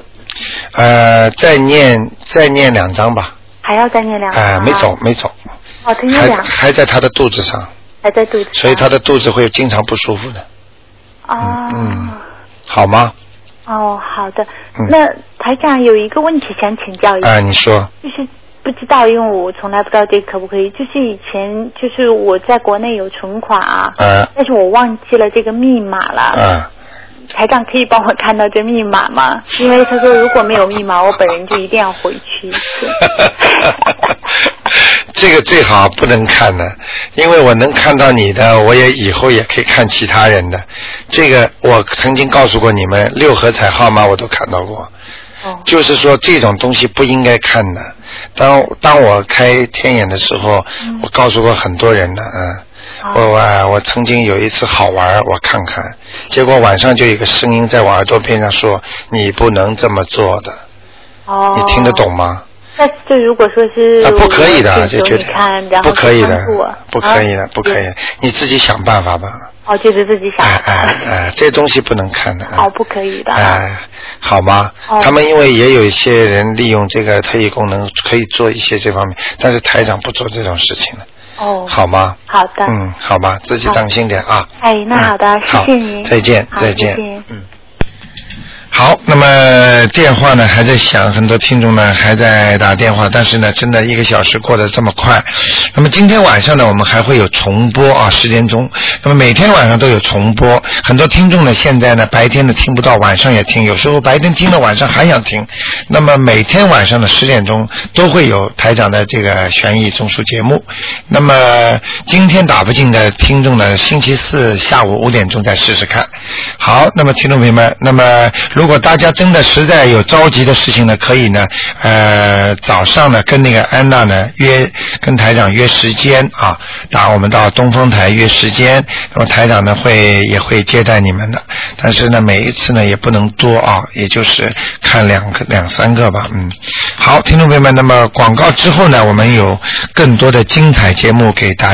Speaker 1: 呃，再念再念两张吧，
Speaker 8: 还要再念两个。
Speaker 1: 哎、没走。没走，
Speaker 8: 哦，他有
Speaker 1: 还
Speaker 8: 两个，
Speaker 1: 还在他的肚子上，
Speaker 8: 还在肚子。
Speaker 1: 所以他的肚子会经常不舒服的，
Speaker 8: 哦。
Speaker 1: 嗯，好吗？
Speaker 8: 哦，好的。
Speaker 1: 嗯
Speaker 8: 那台长有一个问题想请教一下，
Speaker 1: 哎、你说，
Speaker 8: 就是不知道，因为我从来不知道这可不可以。就是以前就是我在国内有存款啊，
Speaker 1: 呃
Speaker 8: 但是我忘记了这个密码了。
Speaker 1: 呃，
Speaker 8: 台长可以帮我看到这密码吗？因为他说如果没有密码，我本人就一定要回去
Speaker 1: <laughs>
Speaker 8: 一次。
Speaker 1: 这个最好不能看的，因为我能看到你的，我也以后也可以看其他人的。这个我曾经告诉过你们，六合彩号码我都看到过。就是说这种东西不应该看的。当当我开天眼的时候，我告诉过很多人的，嗯。我我我曾经有一次好玩儿，我看看，结果晚上就有一个声音在我耳朵边上说：“你不能这么做的。”
Speaker 8: 哦，
Speaker 1: 你听得懂吗？
Speaker 8: 那这如果说是
Speaker 1: 啊，不可以
Speaker 8: 我
Speaker 1: 的，
Speaker 8: 请
Speaker 1: 这
Speaker 8: 求
Speaker 1: 绝
Speaker 8: 你看，
Speaker 1: 对
Speaker 8: 然后
Speaker 1: 不可以
Speaker 8: 就
Speaker 1: 的
Speaker 8: 帮助我，
Speaker 1: 不可以的
Speaker 8: 啊，
Speaker 1: 不可以的，你自己想办法吧。
Speaker 8: 哦，就是自己想，
Speaker 1: 哎哎，这东西不能看的。啊
Speaker 8: 哦，不可以的。
Speaker 1: 哎，好吗
Speaker 8: 哦？
Speaker 1: 他们因为也有一些人利用这个特异功能，可以做一些这方面，但是台长不做这种事情的，
Speaker 8: 哦，
Speaker 1: 好吗？
Speaker 8: 好的，
Speaker 1: 嗯，好吧，自己
Speaker 8: 好
Speaker 1: 当心点啊。
Speaker 8: 哎，那好的，谢
Speaker 1: 好
Speaker 8: 谢您，
Speaker 1: 再见
Speaker 8: 好
Speaker 1: 再
Speaker 8: 谢
Speaker 1: 见嗯
Speaker 8: 谢
Speaker 1: 好，那么电话呢还在响，很多听众呢还在打电话，但是呢，真的一个小时过得这么快。那么今天晚上呢，我们还会有重播啊，十点钟。那么每天晚上都有重播，很多听众呢现在呢白天呢听不到，晚上也听，有时候白天听了晚上还想听。那么每天晚上的十点钟都会有台长的这个悬疑综述节目。那么今天打不进的听众呢，星期四下午五点钟再试试看。好，那么听众朋友们，那么如果大家真的实在有着急的事情呢，可以呢，呃，早上呢跟那个安娜呢约，跟台长约时间啊，打我们到东风台约时间，那么台长呢会也会接待你们的，但是呢每一次呢也不能多啊，也就是看两个两三个吧，嗯。好，听众朋友们，那么广告之后呢，我们有更多的精彩节目给大家。